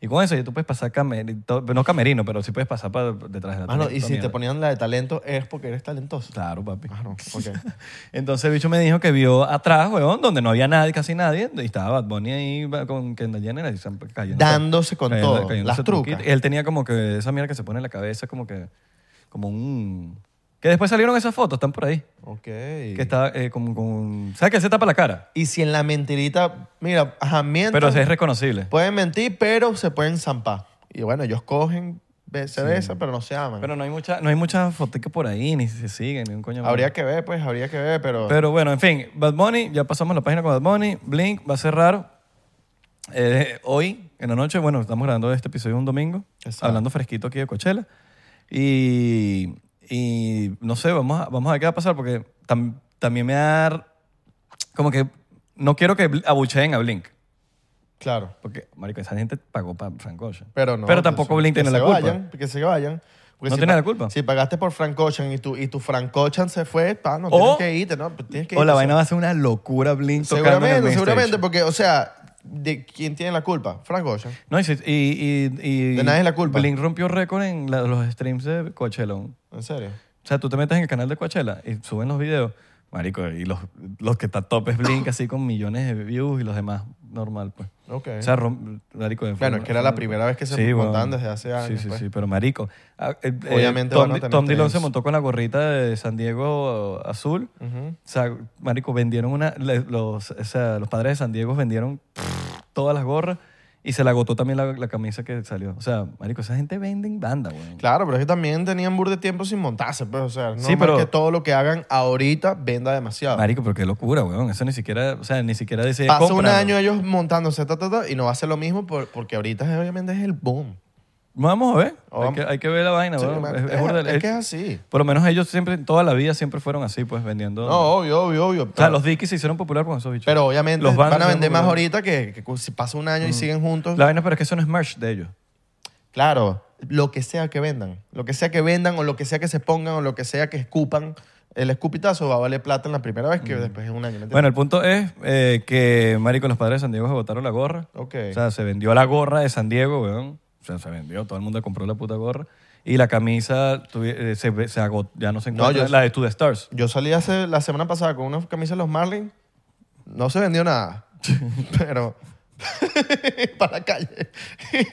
Speaker 2: Y con eso ya tú puedes pasar camerino, no camerino, pero sí puedes pasar para detrás de la
Speaker 1: Mano,
Speaker 2: talento,
Speaker 1: y si
Speaker 2: mierda.
Speaker 1: te ponían la de talento es porque eres talentoso.
Speaker 2: Claro, papi.
Speaker 1: Claro, ok.
Speaker 2: Entonces el bicho me dijo que vio atrás, weón, donde no había nadie, casi nadie, y estaba Bad Bunny ahí va- con Kendall Jenner y se- cayéndose.
Speaker 1: Dándose con todo, las
Speaker 2: truquitos.
Speaker 1: trucas.
Speaker 2: Él tenía como que esa mierda que se pone en la cabeza, como que, como un... Que después salieron esas fotos, están por ahí.
Speaker 1: Ok.
Speaker 2: Que está eh, como con... ¿Sabes que él se tapa la cara?
Speaker 1: Y si en la mentirita, mira, ajá, mienten,
Speaker 2: Pero es reconocible.
Speaker 1: pueden mentir, pero se pueden zampar. Y bueno, ellos cogen, be- se besan, pero no se aman.
Speaker 2: Pero no hay mucha, no hay muchas fotos por ahí, ni se siguen, ni un coño. madre.
Speaker 1: habría que ver, pues, habría que ver, pero...
Speaker 2: Pero bueno, en fin, Bad Bunny, ya pasamos la página con Bad Bunny. Blink va a cerrar eh, hoy en la noche. Bueno, estamos grabando este episodio un domingo,
Speaker 1: Exacto.
Speaker 2: hablando fresquito aquí de Coachella. Y, y no sé, vamos a, vamos a ver qué va a pasar porque tam- también me da. Como que no quiero que bl- abucheen a Blink.
Speaker 1: claro.
Speaker 2: Porque, marico, esa gente pagó para Frank Ocean.
Speaker 1: Pero no.
Speaker 2: Pero tampoco
Speaker 1: pues,
Speaker 2: Blink
Speaker 1: que
Speaker 2: tiene la
Speaker 1: se
Speaker 2: culpa.
Speaker 1: Vayan, que se vayan. Porque
Speaker 2: No
Speaker 1: si
Speaker 2: tiene
Speaker 1: pa-
Speaker 2: la culpa.
Speaker 1: Si pagaste por Francochan y tu, y tu Francochan se fue, pa, no tienes
Speaker 2: O-
Speaker 1: que irte, ¿no? Pues tienes que
Speaker 2: O la
Speaker 1: irte,
Speaker 2: vaina va a ser una locura Blink tocando en el
Speaker 1: Seguramente,
Speaker 2: main
Speaker 1: seguramente,
Speaker 2: stage.
Speaker 1: porque, o sea, ¿de quién tiene la culpa? Frank Ocean.
Speaker 2: No, y, si- y, y- y-
Speaker 1: De nadie es la culpa.
Speaker 2: Blink rompió récord en la- los streams de Coachella. O
Speaker 1: ¿En serio?
Speaker 2: sea, tú te metes en el canal de Coachella y suben los videos, marico, y los, los que está top es Blink así con millones de views y los demás normal, pues.
Speaker 1: Ok.
Speaker 2: O sea, rom- marico. fue
Speaker 1: Bueno,
Speaker 2: una-
Speaker 1: es que era la
Speaker 2: fue-
Speaker 1: primera vez que se
Speaker 2: Sí,
Speaker 1: montaban
Speaker 2: bueno.
Speaker 1: desde hace años.
Speaker 2: Sí, sí,
Speaker 1: pues.
Speaker 2: sí, pero marico. ah, eh, eh,
Speaker 1: Obviamente
Speaker 2: Tom,
Speaker 1: van a tener
Speaker 2: Tom Dillon
Speaker 1: trends.
Speaker 2: se montó con la gorrita de San Diego eh, azul.
Speaker 1: Ujú.
Speaker 2: O sea, marico, vendieron una... le- Los, o sea, los padres de San Diego vendieron todas las gorras y se le agotó también la, la camisa que salió. O sea, marico, esa gente vende en banda, güey.
Speaker 1: Claro, pero es que también tenían bur de tiempo sin montarse, pues, o sea, no
Speaker 2: Sí, pero-
Speaker 1: que todo lo que hagan ahorita venda demasiado.
Speaker 2: Marico, pero qué locura, güey. Eso ni siquiera... O sea, ni siquiera dice...
Speaker 1: Pasa un
Speaker 2: "Cómpralo".
Speaker 1: año ellos montándose, ta, ta, ta, y no va a ser lo mismo por- porque ahorita es- obviamente es el boom.
Speaker 2: Vamos a ver.
Speaker 1: O
Speaker 2: hay,
Speaker 1: vamos-
Speaker 2: que, hay que ver la vaina.
Speaker 1: Oh, Sí,
Speaker 2: weón.
Speaker 1: man,
Speaker 2: Es- es
Speaker 1: es-
Speaker 2: burda-
Speaker 1: es
Speaker 2: es-
Speaker 1: que es así.
Speaker 2: Por lo menos ellos siempre, toda la vida siempre fueron así, pues vendiendo.
Speaker 1: No, obvio, obvio, obvio.
Speaker 2: o sea,
Speaker 1: Pero,
Speaker 2: los Dickies se hicieron popular con esos bichos.
Speaker 1: pero obviamente
Speaker 2: Los
Speaker 1: van,
Speaker 2: Vans
Speaker 1: a vender
Speaker 2: se
Speaker 1: más
Speaker 2: hicieron
Speaker 1: ahorita que, que si pasa un
Speaker 2: Mm.
Speaker 1: año y siguen juntos.
Speaker 2: La vaina, pero es que eso no es merch de ellos.
Speaker 1: Claro, lo que sea que vendan. Lo que sea que vendan o lo que sea que se pongan o lo que sea que escupan. El escupitazo va a valer plata en la primera vez que después en un año. ¿me entiendes?
Speaker 2: Mm. Bueno, el punto es eh, que, marico, los padres de San Diego se botaron la gorra.
Speaker 1: Ok.
Speaker 2: O sea, se vendió la gorra de San Diego, weón. O sea, se vendió, todo el mundo compró la puta gorra. Y la camisa tuvi- eh, se, ve- se agotó, ya no se
Speaker 1: No,
Speaker 2: encuentra.
Speaker 1: yo-
Speaker 2: la de To The Stars.
Speaker 1: Yo salí hace, la semana pasada con una camisa de los Marlins. No se vendió nada. pero. para la calle.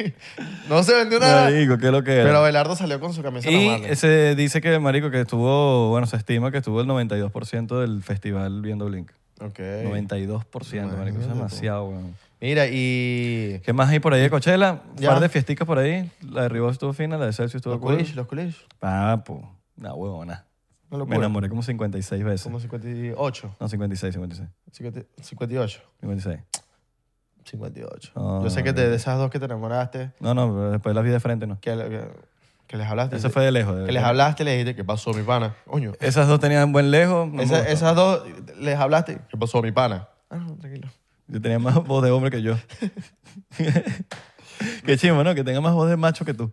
Speaker 1: no se vendió nada.
Speaker 2: Marico, ¿qué es lo que era?
Speaker 1: Pero Abelardo salió con su camisa de los
Speaker 2: y
Speaker 1: Marlins.
Speaker 2: se dice que, marico, que estuvo, bueno, se estima que estuvo el 92% del festival viendo Blink.
Speaker 1: Ok.
Speaker 2: 92%, marico, eso
Speaker 1: Imagínate
Speaker 2: es
Speaker 1: tú.
Speaker 2: demasiado, weón.
Speaker 1: Mira, y.
Speaker 2: ¿Qué más hay por ahí de Coachella? Un
Speaker 1: Ya.
Speaker 2: par de fiesticas por ahí. La de Ribos estuvo fina, la de Celsius estuvo
Speaker 1: Los
Speaker 2: cool.
Speaker 1: culish, los culish.
Speaker 2: Papo, una huevona.
Speaker 1: Una
Speaker 2: Me
Speaker 1: locura.
Speaker 2: enamoré como 56 veces.
Speaker 1: Como 58,
Speaker 2: No, 56, 56.
Speaker 1: 50 58.
Speaker 2: 56.
Speaker 1: 58.
Speaker 2: Ah,
Speaker 1: Yo sé que de, de esas dos que te enamoraste,
Speaker 2: No, no, pero después las vi de frente, no.
Speaker 1: que, que, que les hablaste.
Speaker 2: Eso fue de lejos. de-
Speaker 1: Que les hablaste y les dijiste, ¿qué pasó, mi pana? Coño.
Speaker 2: Esas dos tenían buen lejos. no me
Speaker 1: Esa-
Speaker 2: gustó.
Speaker 1: esas dos les hablaste, ¿qué pasó, mi pana? Ah, no, tranquilo.
Speaker 2: Yo tenía más voz de hombre que yo. Qué chimo, ¿no? Que tenga más voz de macho que tú.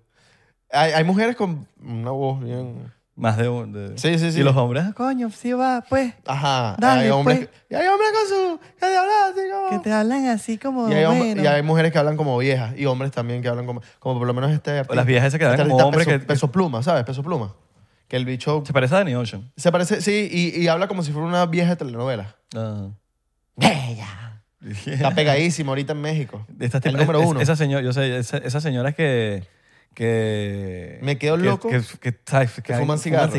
Speaker 1: Hay, hay mujeres con una voz bien.
Speaker 2: Más de, de-
Speaker 1: Sí, sí, sí.
Speaker 2: Y los hombres, "Ah, coño, sí va, pues.
Speaker 1: Ajá.
Speaker 2: Dale,
Speaker 1: hay hombres.
Speaker 2: pues.
Speaker 1: Y hay hombres con su. Que te hablan así como-
Speaker 2: Que te hablan así como.
Speaker 1: Y hay, hom-
Speaker 2: bueno.
Speaker 1: y hay mujeres que hablan como viejas y hombres también que hablan como. Como por lo menos este.
Speaker 2: O las viejas esas que hablan
Speaker 1: este
Speaker 2: como
Speaker 1: artista
Speaker 2: hombres
Speaker 1: peso,
Speaker 2: que-
Speaker 1: peso pluma, ¿sabes? Peso pluma. Que el bicho.
Speaker 2: Se parece a Danny Ocean.
Speaker 1: Se parece, sí, y, y habla como si fuera una vieja de telenovela.
Speaker 2: Ah.
Speaker 1: Bella. Está pegadísimo ahorita en México.
Speaker 2: De estas
Speaker 1: el
Speaker 2: tipas-
Speaker 1: número
Speaker 2: es-
Speaker 1: uno.
Speaker 2: Esas señor, yo sé, esa- esas señoras que. que
Speaker 1: Me quedo
Speaker 2: que-
Speaker 1: loco.
Speaker 2: Que, que- que- que-
Speaker 1: fuman cigarro.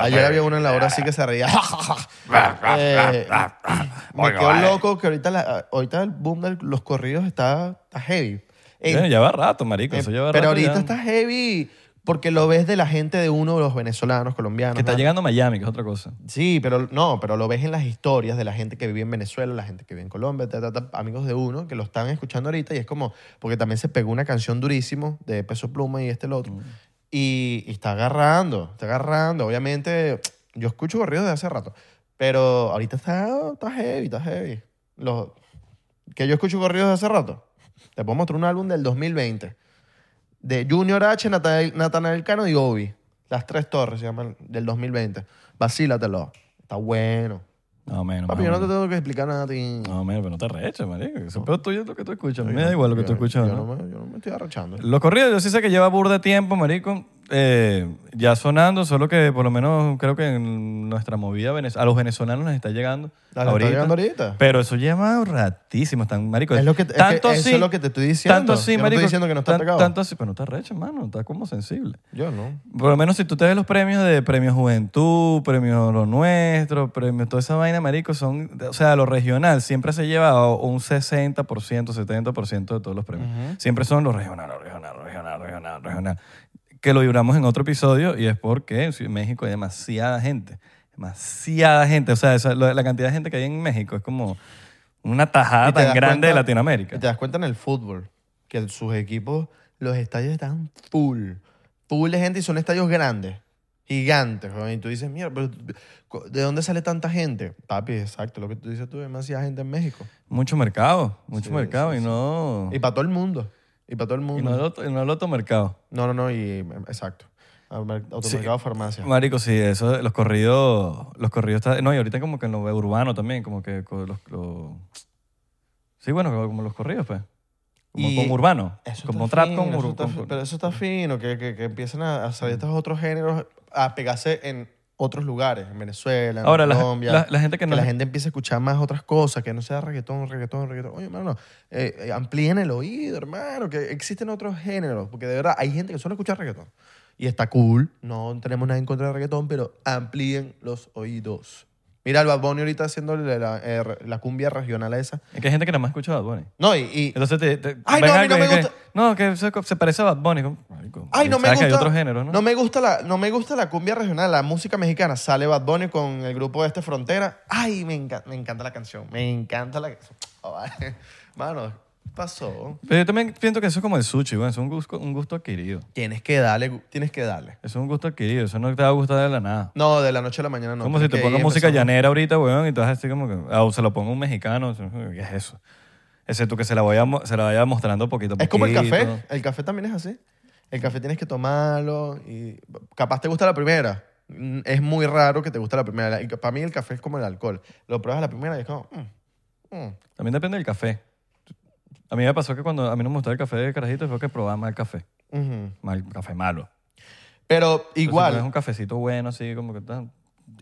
Speaker 1: Ayer había una en la hora así que se reía. Eh, me quedo loco que ahorita, la- ahorita el boom de los corridos está, está heavy. Eh,
Speaker 2: Bueno, ya va rato, marico.
Speaker 1: eh,
Speaker 2: eso lleva
Speaker 1: pero
Speaker 2: rato
Speaker 1: ahorita
Speaker 2: ya.
Speaker 1: está heavy porque lo ves de la gente de uno de los venezolanos, colombianos.
Speaker 2: Que está
Speaker 1: ¿no?
Speaker 2: llegando a Miami, que es otra cosa.
Speaker 1: Sí, pero no, pero lo ves en las historias de la gente que vive en Venezuela, la gente que vive en Colombia, ta, ta, ta, amigos de uno que lo están escuchando ahorita y es como, porque también se pegó una canción durísimo de Peso Pluma y este el otro. Y, y está agarrando, está agarrando. Obviamente, yo escucho corridos de hace rato, pero ahorita está, está heavy, está heavy. Los, que yo escucho corridos de hace rato. Te puedo mostrar un álbum del 2020 de Junior H, Natanael, Natanael Cano y Obi. Las tres torres se llaman del 2020. Vacílatelo. Está bueno.
Speaker 2: No, menos.
Speaker 1: Papi, yo no te tengo que explicar nada a ti.
Speaker 2: No, menos, pero no te arreches, marico. Eso pedo tuyo es lo que tú escuchas. Me da Ah, igual lo que tú
Speaker 1: Yo-
Speaker 2: escuchas.
Speaker 1: Yo
Speaker 2: ¿no?
Speaker 1: no me, yo no me estoy arrechando.
Speaker 2: Los corridos, yo sí sé que lleva burda tiempo, marico. eh, ya sonando, solo que por lo menos creo que en nuestra movida venez- a los venezolanos les está llegando.
Speaker 1: Ah, ¿les está llegando ahorita?
Speaker 2: Pero eso lleva ratísimo, están, marico.
Speaker 1: Es lo que- es que
Speaker 2: tanto
Speaker 1: eso
Speaker 2: así-
Speaker 1: es lo que te estoy diciendo.
Speaker 2: Tanto así,
Speaker 1: Yo no estoy
Speaker 2: marico.
Speaker 1: diciendo que no está
Speaker 2: tan-
Speaker 1: atacado.
Speaker 2: Tanto así, pero no está recho, mano, está como sensible.
Speaker 1: Yo no.
Speaker 2: Por lo menos si tú te ves los premios de Premio Juventud, Premio Lo Nuestro, Premio toda esa vaina, marico, son, o sea, lo regional siempre se lleva a un 60%, 70% de todos los premios. Siempre son los regional, lo regional, lo regional, lo regional, lo regional. Que lo libramos en otro episodio y es porque en Ciud- México hay demasiada gente, demasiada gente, o sea, esa- lo- la cantidad de gente que hay en México es como una tajada
Speaker 1: Y te
Speaker 2: tan
Speaker 1: das
Speaker 2: grande de
Speaker 1: cuenta-
Speaker 2: Latinoamérica.
Speaker 1: Y te das cuenta en el fútbol que el- sus equipos, los estadios están full. Full de gente y son estadios grandes. Gigantes. joven. Y tú dices, mierda, pero co- ¿de dónde sale tanta gente? Papi, exacto. Lo que tú dices tú, demasiada gente en México.
Speaker 2: Mucho mercado, mucho
Speaker 1: Sí,
Speaker 2: mercado
Speaker 1: sí,
Speaker 2: y
Speaker 1: sí.
Speaker 2: no...
Speaker 1: Y para todo el mundo. Y para todo el
Speaker 2: Y
Speaker 1: mundo.
Speaker 2: no el otro- y no el otro mercado.
Speaker 1: No, no, no, y em, exacto. Automer- Automercado, farmacia.
Speaker 2: Marico, sí, eso, los corridos, los corridos, está- no, y ahorita como que en lo urbano también, como que co- los, los- sí, bueno, como como los corridos, pues, como
Speaker 1: Y
Speaker 2: con urbano,
Speaker 1: Eso
Speaker 2: como
Speaker 1: está
Speaker 2: trap
Speaker 1: fino,
Speaker 2: con,
Speaker 1: eso
Speaker 2: ur-
Speaker 1: está
Speaker 2: con-
Speaker 1: fi- Pero eso está fino, que, que, que empiecen a hacer
Speaker 2: Mm.
Speaker 1: estos otros géneros, a pegarse en otros lugares, en Venezuela, en
Speaker 2: Ahora, la,
Speaker 1: Colombia.
Speaker 2: la- la gente
Speaker 1: que
Speaker 2: que no,
Speaker 1: la gente empiece a escuchar más otras cosas, que no sea reggaetón, reggaetón, reggaetón. Oye, hermano, eh, eh, amplíen el oído, hermano, que existen otros géneros, porque de verdad hay gente que solo escucha reggaetón. Y está cool, no tenemos nada en contra del reggaetón, pero amplíen los oídos. Mira, el Bad Bunny ahorita haciendo la, la, eh, re- la cumbia regional esa.
Speaker 2: es que hay gente que nada más escucha a Bad Bunny.
Speaker 1: No, y... y-
Speaker 2: Entonces te, te-
Speaker 1: Ay,
Speaker 2: ven
Speaker 1: no, a mí
Speaker 2: algo
Speaker 1: no
Speaker 2: y
Speaker 1: me
Speaker 2: que-
Speaker 1: gusta.
Speaker 2: no, que se, se parece a Bad Bunny. como, marico,
Speaker 1: ay, no me
Speaker 2: sabes
Speaker 1: gusta...
Speaker 2: que hay otros géneros, ¿no?
Speaker 1: me gusta la, no me gusta la cumbia regional, la música mexicana. Sale Bad Bunny con el grupo de este Frontera. Ay, me, enca- me encanta la canción, me encanta la canción. Oh, ay, mano, pasó?
Speaker 2: Pero yo también siento que eso es como el sushi, bueno, eso es un gusto, un gusto adquirido.
Speaker 1: Tienes que darle, gu- tienes que darle.
Speaker 2: Eso es un gusto adquirido, eso no te va a gustar de la nada.
Speaker 1: No, de la noche a la mañana no.
Speaker 2: como si
Speaker 1: tienes
Speaker 2: te
Speaker 1: que
Speaker 2: pongo
Speaker 1: ir
Speaker 2: música
Speaker 1: empezando.
Speaker 2: llanera ahorita, weón, y te vas así como que, ah, o se lo pongo a un mexicano, ¿qué es eso? Excepto que se la, voy a mo- se la vaya mostrando poquito a poquito.
Speaker 1: Es como el café. El café también es así. El café tienes que tomarlo y capaz te gusta la primera. Mm, Es muy raro que te guste la primera. El- Para mí el café es como el alcohol. Lo pruebas la primera y es como... mm, mm.
Speaker 2: También depende del café. A mí me pasó que cuando a mí no me gustaba el café de carajito, fue que probaba mal café.
Speaker 1: Ujú.
Speaker 2: Mal café malo.
Speaker 1: Pero
Speaker 2: Entonces,
Speaker 1: igual,
Speaker 2: no Es un cafecito bueno, así como que tal.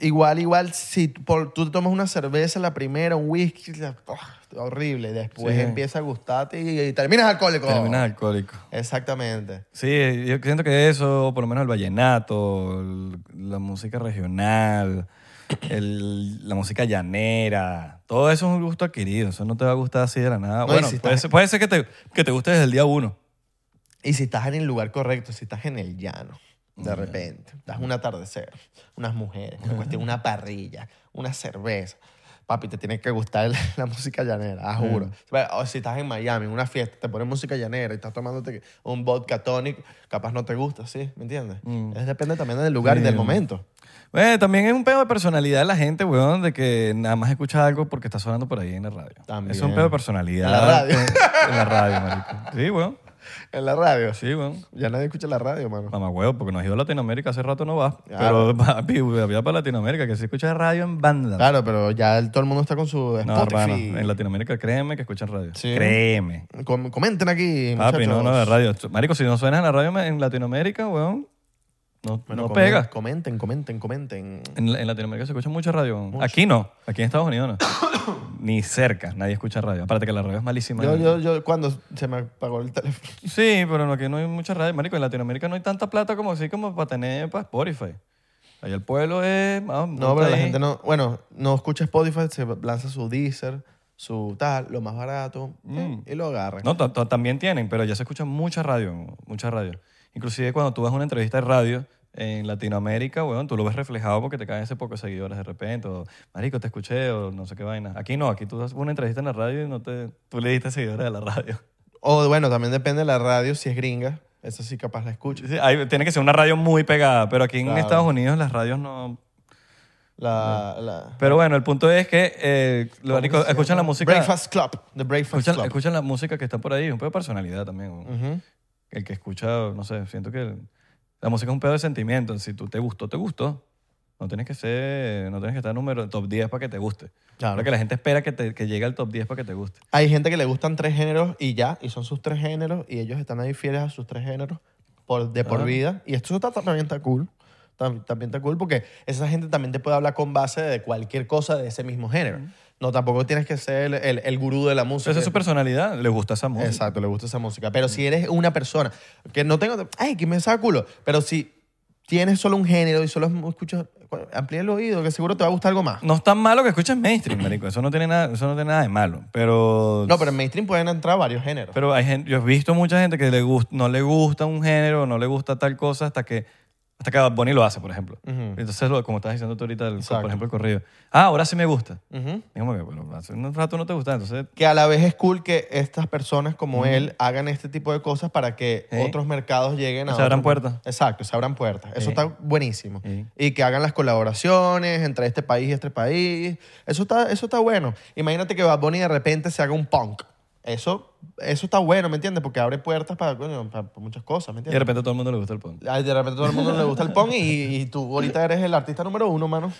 Speaker 1: igual, igual, si tú- por- tú te tomas una cerveza la primera, un whisky, la- oh, horrible. Después
Speaker 2: Sí.
Speaker 1: empieza a gustarte y, y terminas alcohólico.
Speaker 2: Terminas alcohólico.
Speaker 1: Exactamente.
Speaker 2: Sí, yo siento que eso, o por lo menos el vallenato, el- la música regional, el- la música llanera, todo eso es un gusto adquirido. Eso no te va a gustar así de la nada.
Speaker 1: y
Speaker 2: bueno,
Speaker 1: si
Speaker 2: puede,
Speaker 1: estás-
Speaker 2: ser, puede ser que te, que te guste desde el día uno.
Speaker 1: Y si estás en el lugar correcto, si estás en el llano, de repente, estás en un atardecer, unas mujeres, una cuestión, una parrilla, una cerveza. Papi, te tiene que gustar la, la música llanera, ah, juro. O si estás en Miami, en una fiesta, te ponen música llanera y estás tomándote un vodka tonic, capaz no te gusta, ¿sí? ¿Me entiendes? Es- depende también del lugar y del
Speaker 2: Mm. Sí.
Speaker 1: momento.
Speaker 2: Bueno, Eh, también es un pedo de personalidad de la gente, weón, de que nada más escucha algo porque está sonando por ahí en la radio.
Speaker 1: También.
Speaker 2: Es un pedo de personalidad.
Speaker 1: En la radio.
Speaker 2: en la radio, marico. Sí, weón.
Speaker 1: En la radio.
Speaker 2: Sí, weón.
Speaker 1: Ya nadie escucha la radio, mano.
Speaker 2: Mamá, weón, porque no has ido a Latinoamérica, hace rato no vas.
Speaker 1: Claro.
Speaker 2: Pero, papi, había para Latinoamérica, que se escucha radio en banda.
Speaker 1: Claro, pero ya el- todo el mundo está con su
Speaker 2: No,
Speaker 1: Spotify.
Speaker 2: hermano, en Latinoamérica créeme que escuchan radio.
Speaker 1: Sí.
Speaker 2: Créeme.
Speaker 1: Com- comenten aquí,
Speaker 2: Papi, no,
Speaker 1: muchachos.
Speaker 2: no, de radio. Marico, si no suena en la radio en Latinoamérica, weón, no,
Speaker 1: Bueno,
Speaker 2: no
Speaker 1: comen-
Speaker 2: pega.
Speaker 1: Comenten, comenten, comenten.
Speaker 2: En, en Latinoamérica se escucha mucha radio. weón. Aquí no, aquí en Estados Unidos no. Ni cerca, nadie escucha radio. Aparte que la radio es malísima.
Speaker 1: Yo, yo, yo, cuando se me apagó el teléfono.
Speaker 2: Sí, pero no, aquí no hay mucha radio. Marico, en Latinoamérica no hay tanta plata como así como para tener para Spotify. Allá el pueblo es...
Speaker 1: No, pero la gente no. Bueno, no escucha Spotify, se lanza su Deezer, su tal, lo más barato, eh, y lo agarra.
Speaker 2: Mm. No, ta- ta- también tienen, pero ya se escucha mucha radio, mucha radio. Inclusive cuando tú vas a una entrevista de radio en Latinoamérica, weón, tú lo ves reflejado porque te caen ese pocos seguidores de repente, o marico, te escuché, o no sé qué vaina. Aquí no, aquí tú das una entrevista en la radio y no te, tú le diste seguidores a la radio.
Speaker 1: O bueno, también depende de la radio, si es gringa, eso sí capaz la escucho.
Speaker 2: Sí, hay- tiene que ser una radio muy pegada, pero aquí en
Speaker 1: Claro.
Speaker 2: Estados Unidos las radios no...
Speaker 1: La, la,
Speaker 2: Pero bueno, el punto es que eh, lo
Speaker 1: ¿cómo
Speaker 2: marico,
Speaker 1: se
Speaker 2: escuchan
Speaker 1: llama?
Speaker 2: la música...
Speaker 1: Breakfast Club, The Breakfast
Speaker 2: Escuchan,
Speaker 1: Club.
Speaker 2: escuchan la música que está por ahí, un pedo de personalidad también. weón.
Speaker 1: Ujú.
Speaker 2: el que escucha, no sé, siento que el- la música es un pedo de sentimiento. Si tú te gustó, te gustó. No tienes que ser, no tienes que estar número top 10 para que te guste.
Speaker 1: Claro.
Speaker 2: Ahora que la gente espera que, te- que llegue al top 10 para que te guste.
Speaker 1: Hay gente que le gustan tres géneros y ya, y son sus tres géneros, y ellos están ahí fieles a sus tres géneros por, de por
Speaker 2: Ah.
Speaker 1: vida. Y esto está- también está cool. Tam- También está cool porque esa gente también te puede hablar con base de cualquier cosa de ese mismo género. No, tampoco tienes que ser el, el- el gurú de la música.
Speaker 2: Esa es su personalidad, le gusta esa música.
Speaker 1: Exacto, le gusta esa música. Pero si eres una persona que no tengo. ¡Ay, que me saca culo! Pero si tienes solo un género y solo escuchas. Amplía el oído, que seguro te va a gustar algo más.
Speaker 2: No es tan malo que escuches mainstream, marico. Eso no tiene nada, eso no tiene nada de malo. Pero,
Speaker 1: No, pero en mainstream pueden entrar varios géneros.
Speaker 2: pero hay gente, yo he visto mucha gente que le gust- no le gusta un género, no le gusta tal cosa hasta que hasta que Bad Bunny lo hace, por ejemplo. Entonces, lo- como estás diciendo tú ahorita, el-
Speaker 1: Exacto.
Speaker 2: por ejemplo, el corrido. Ah, ahora sí me gusta.
Speaker 1: Ujú.
Speaker 2: Es como que, bueno, hace un rato no te gusta, entonces
Speaker 1: que a la vez es cool que estas personas como él hagan este tipo de cosas para que
Speaker 2: Sí.
Speaker 1: otros mercados lleguen a...
Speaker 2: Se abran
Speaker 1: otros-
Speaker 2: puertas.
Speaker 1: Exacto, se abran puertas. Eso
Speaker 2: Sí.
Speaker 1: está buenísimo.
Speaker 2: Sí.
Speaker 1: Y que hagan las colaboraciones entre este país y este país. Eso está, eso está bueno. Imagínate que Bad Bunny de repente se haga un punk. Eso, eso está bueno, ¿me entiendes? Porque abre puertas para, coño, para- para muchas cosas, ¿me
Speaker 2: y de
Speaker 1: entiendes?
Speaker 2: repente a todo el mundo le gusta el punk.
Speaker 1: Ay, De repente todo el mundo le gusta el punk y, y tú ahorita eres el artista número uno, mano.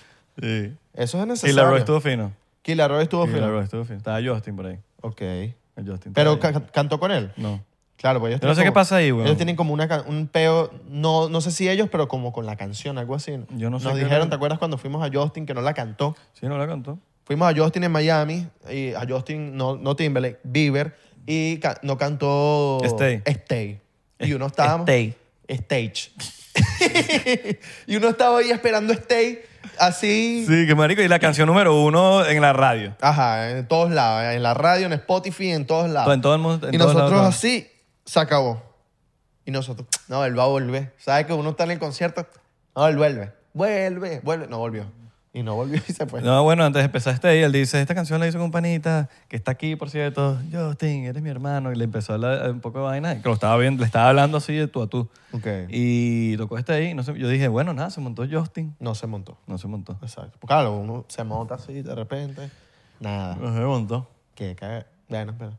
Speaker 2: Sí.
Speaker 1: Eso es necesario.
Speaker 2: Y la Roy estuvo fino.
Speaker 1: Killer Roy estuvo
Speaker 2: Y la
Speaker 1: fino.
Speaker 2: Roy estuvo fino. Estaba Justin por ahí.
Speaker 1: Ok.
Speaker 2: El Justin.
Speaker 1: Pero
Speaker 2: estaba ahí.
Speaker 1: ca- cantó con él.
Speaker 2: No.
Speaker 1: Claro, pues ellos
Speaker 2: Yo no
Speaker 1: tienen
Speaker 2: sé qué
Speaker 1: como-
Speaker 2: pasa ahí, weón.
Speaker 1: Ellos tienen como una, ca- un peo, no, no sé si ellos, pero como con la canción, algo así.
Speaker 2: Yo no sé
Speaker 1: Nos
Speaker 2: qué
Speaker 1: dijeron,
Speaker 2: era.
Speaker 1: ¿te acuerdas cuando fuimos a Justin que no la cantó?
Speaker 2: Sí, no la cantó.
Speaker 1: Fuimos a Justin en Miami, y a Justin, no, no Timberlake, Bieber, y ca- no cantó
Speaker 2: Stay. Eh,
Speaker 1: Stay. Y uno estábamos.
Speaker 2: Stay.
Speaker 1: Stage. y uno estaba ahí esperando Stay, así.
Speaker 2: Sí, que marico. Y la canción número uno en la radio.
Speaker 1: Ajá, en todos lados, en la radio, en Spotify, en todos lados.
Speaker 2: En todo el mundo.
Speaker 1: Ah.
Speaker 2: en
Speaker 1: Y
Speaker 2: todos
Speaker 1: nosotros
Speaker 2: lados.
Speaker 1: así, se acabó. Y nosotros, no, él va a volver. ¿Sabes que uno está en el concierto? No, él vuelve. Vuelve, vuelve. No volvió. Y no volvió y se fue.
Speaker 2: No, bueno, antes de empezar este día, él dice, esta canción la hizo con un panita, que está aquí, por cierto, Justin, eres mi hermano, y le empezó a hablar eh, un poco de vaina, que lo estaba viendo, le estaba hablando así de tú a tú.
Speaker 1: Ok.
Speaker 2: Y tocó este ahí, no sé, yo dije, bueno, nada, se montó Justin.
Speaker 1: No se montó.
Speaker 2: No se montó.
Speaker 1: Exacto. Porque, claro, uno se monta así de repente. Nada.
Speaker 2: No se montó.
Speaker 1: Que cae. Bueno, pero.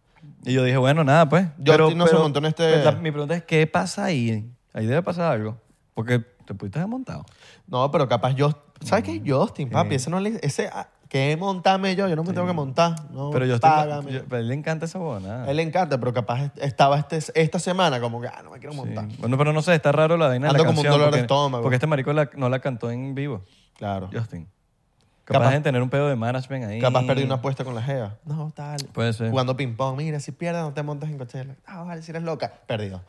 Speaker 2: Y yo dije, bueno, nada, pues.
Speaker 1: Justin no se montó en este-
Speaker 2: la- mi pregunta es, ¿qué pasa ahí? Ahí debe pasar algo. Porque te pudiste haber montado.
Speaker 1: No, pero capaz yo. ¿Sabes qué?
Speaker 2: Mm.
Speaker 1: Justin, papi. Ese no le. Ese. ah, Que montame yo. Yo no me tengo que montar. No,
Speaker 2: pero Justin,
Speaker 1: págame.
Speaker 2: yo- pero a él le encanta esa bobonada.
Speaker 1: A él le encanta, pero capaz est- estaba este, esta semana como que, ah, no me quiero
Speaker 2: Sí.
Speaker 1: montar.
Speaker 2: Bueno, pero no sé, está raro la vaina de
Speaker 1: Ando
Speaker 2: la
Speaker 1: como un
Speaker 2: canción.
Speaker 1: dolor de
Speaker 2: porque,
Speaker 1: estómago.
Speaker 2: Porque este marico la- no la cantó en vivo,
Speaker 1: Claro.
Speaker 2: Justin. Capaz,
Speaker 1: Capaz-
Speaker 2: de tener un pedo de management ahí.
Speaker 1: Capaz perdí una apuesta con la Jeva. No, tal.
Speaker 2: Puede ser.
Speaker 1: Jugando ping-pong. Mira, si pierdes, no te montas en Coachella. Ah, vale, si eres loca. Perdido.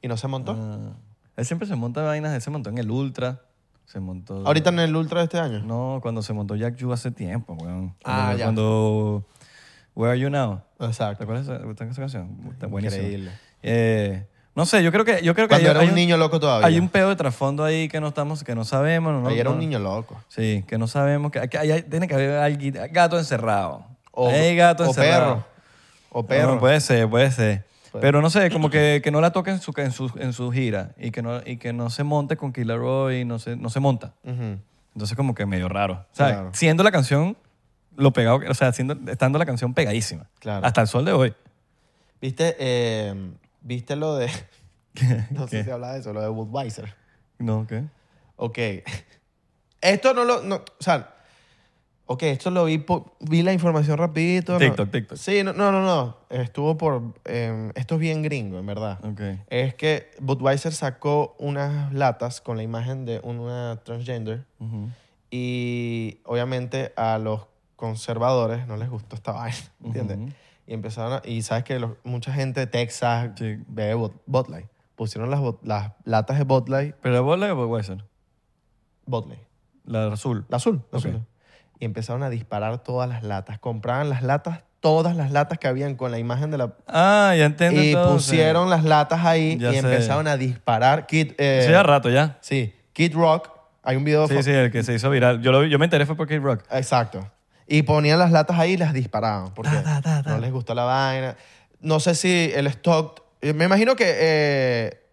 Speaker 1: Y no se montó.
Speaker 2: Ah. él siempre se monta vainas, él se montó en el Ultra, se montó...
Speaker 1: Ahorita en el Ultra de este año.
Speaker 2: No, cuando se montó Jack Yu hace tiempo, weón. Cuando,
Speaker 1: Ah, ya.
Speaker 2: Cuando... Where Are You Now? ¿Te
Speaker 1: Exacto.
Speaker 2: acuerdas de esa, de esa canción? Está buenísima.
Speaker 1: Increíble.
Speaker 2: Eh, no sé, yo creo que... Yo creo que
Speaker 1: Cuando
Speaker 2: hay-
Speaker 1: era
Speaker 2: hay
Speaker 1: un niño loco todavía.
Speaker 2: Hay un pedo de trasfondo ahí que no estamos, que no sabemos. No,
Speaker 1: Ahí era un
Speaker 2: no-
Speaker 1: niño loco.
Speaker 2: Sí, que no sabemos. Que, que hay- hay- tiene que haber alguien, gato encerrado.
Speaker 1: O,
Speaker 2: hay gato
Speaker 1: o
Speaker 2: encerrado.
Speaker 1: perro. O perro.
Speaker 2: No, pues. puede ser, puede ser. Pero no sé, como que, que no la toque en su, en su, en su gira y que, no, y que no se monte con Killer Roy, no se, no se monta.
Speaker 1: Ujú.
Speaker 2: Entonces como que medio raro. O sea,
Speaker 1: Claro.
Speaker 2: siendo la canción lo pegado, que- o sea, siendo- estando la canción pegadísima.
Speaker 1: Claro.
Speaker 2: Hasta el sol de hoy.
Speaker 1: ¿Viste, eh, ¿Viste lo de.? No sé si habla de eso, lo de Budweiser.
Speaker 2: No, ¿qué?
Speaker 1: Ok. Esto no lo... no, o sea, ok, esto lo vi, po- vi la información rapidito. ¿no?
Speaker 2: TikTok, TikTok.
Speaker 1: Sí, no, no, no, no. Estuvo por... eh, esto es bien gringo, en verdad.
Speaker 2: Ok.
Speaker 1: Es que Budweiser sacó unas latas con la imagen de una transgender
Speaker 2: Ujú.
Speaker 1: y obviamente a los conservadores no les gustó esta vaina, ¿entiendes?
Speaker 2: Ujú.
Speaker 1: Y empezaron a- Y sabes que los- mucha gente de Texas
Speaker 2: Sí.
Speaker 1: bebe Bud Bud Light. Pusieron las, bot- las latas de Bud Light...
Speaker 2: ¿Pero la bola de Budweiser?
Speaker 1: Bud Light.
Speaker 2: La azul.
Speaker 1: La azul. la
Speaker 2: Ok.
Speaker 1: azul. Y empezaron a disparar todas las latas. Compraban las latas, todas las latas que habían con la imagen de la...
Speaker 2: Ah, ya entiendo
Speaker 1: Y
Speaker 2: entonces.
Speaker 1: pusieron las latas ahí
Speaker 2: Ya
Speaker 1: y
Speaker 2: sé.
Speaker 1: empezaron a disparar. Kid, eh,
Speaker 2: Sí, ya rato ya.
Speaker 1: sí, Kid Rock. Hay un video...
Speaker 2: Sí, sí, el que se hizo viral. Yo, lo vi- yo me enteré fue por Kid Rock.
Speaker 1: Exacto. Y ponían las latas ahí y las disparaban. Porque
Speaker 2: Ta, ta, ta, ta.
Speaker 1: no les gustó la vaina. No sé si el stock... eh, Me imagino que eh,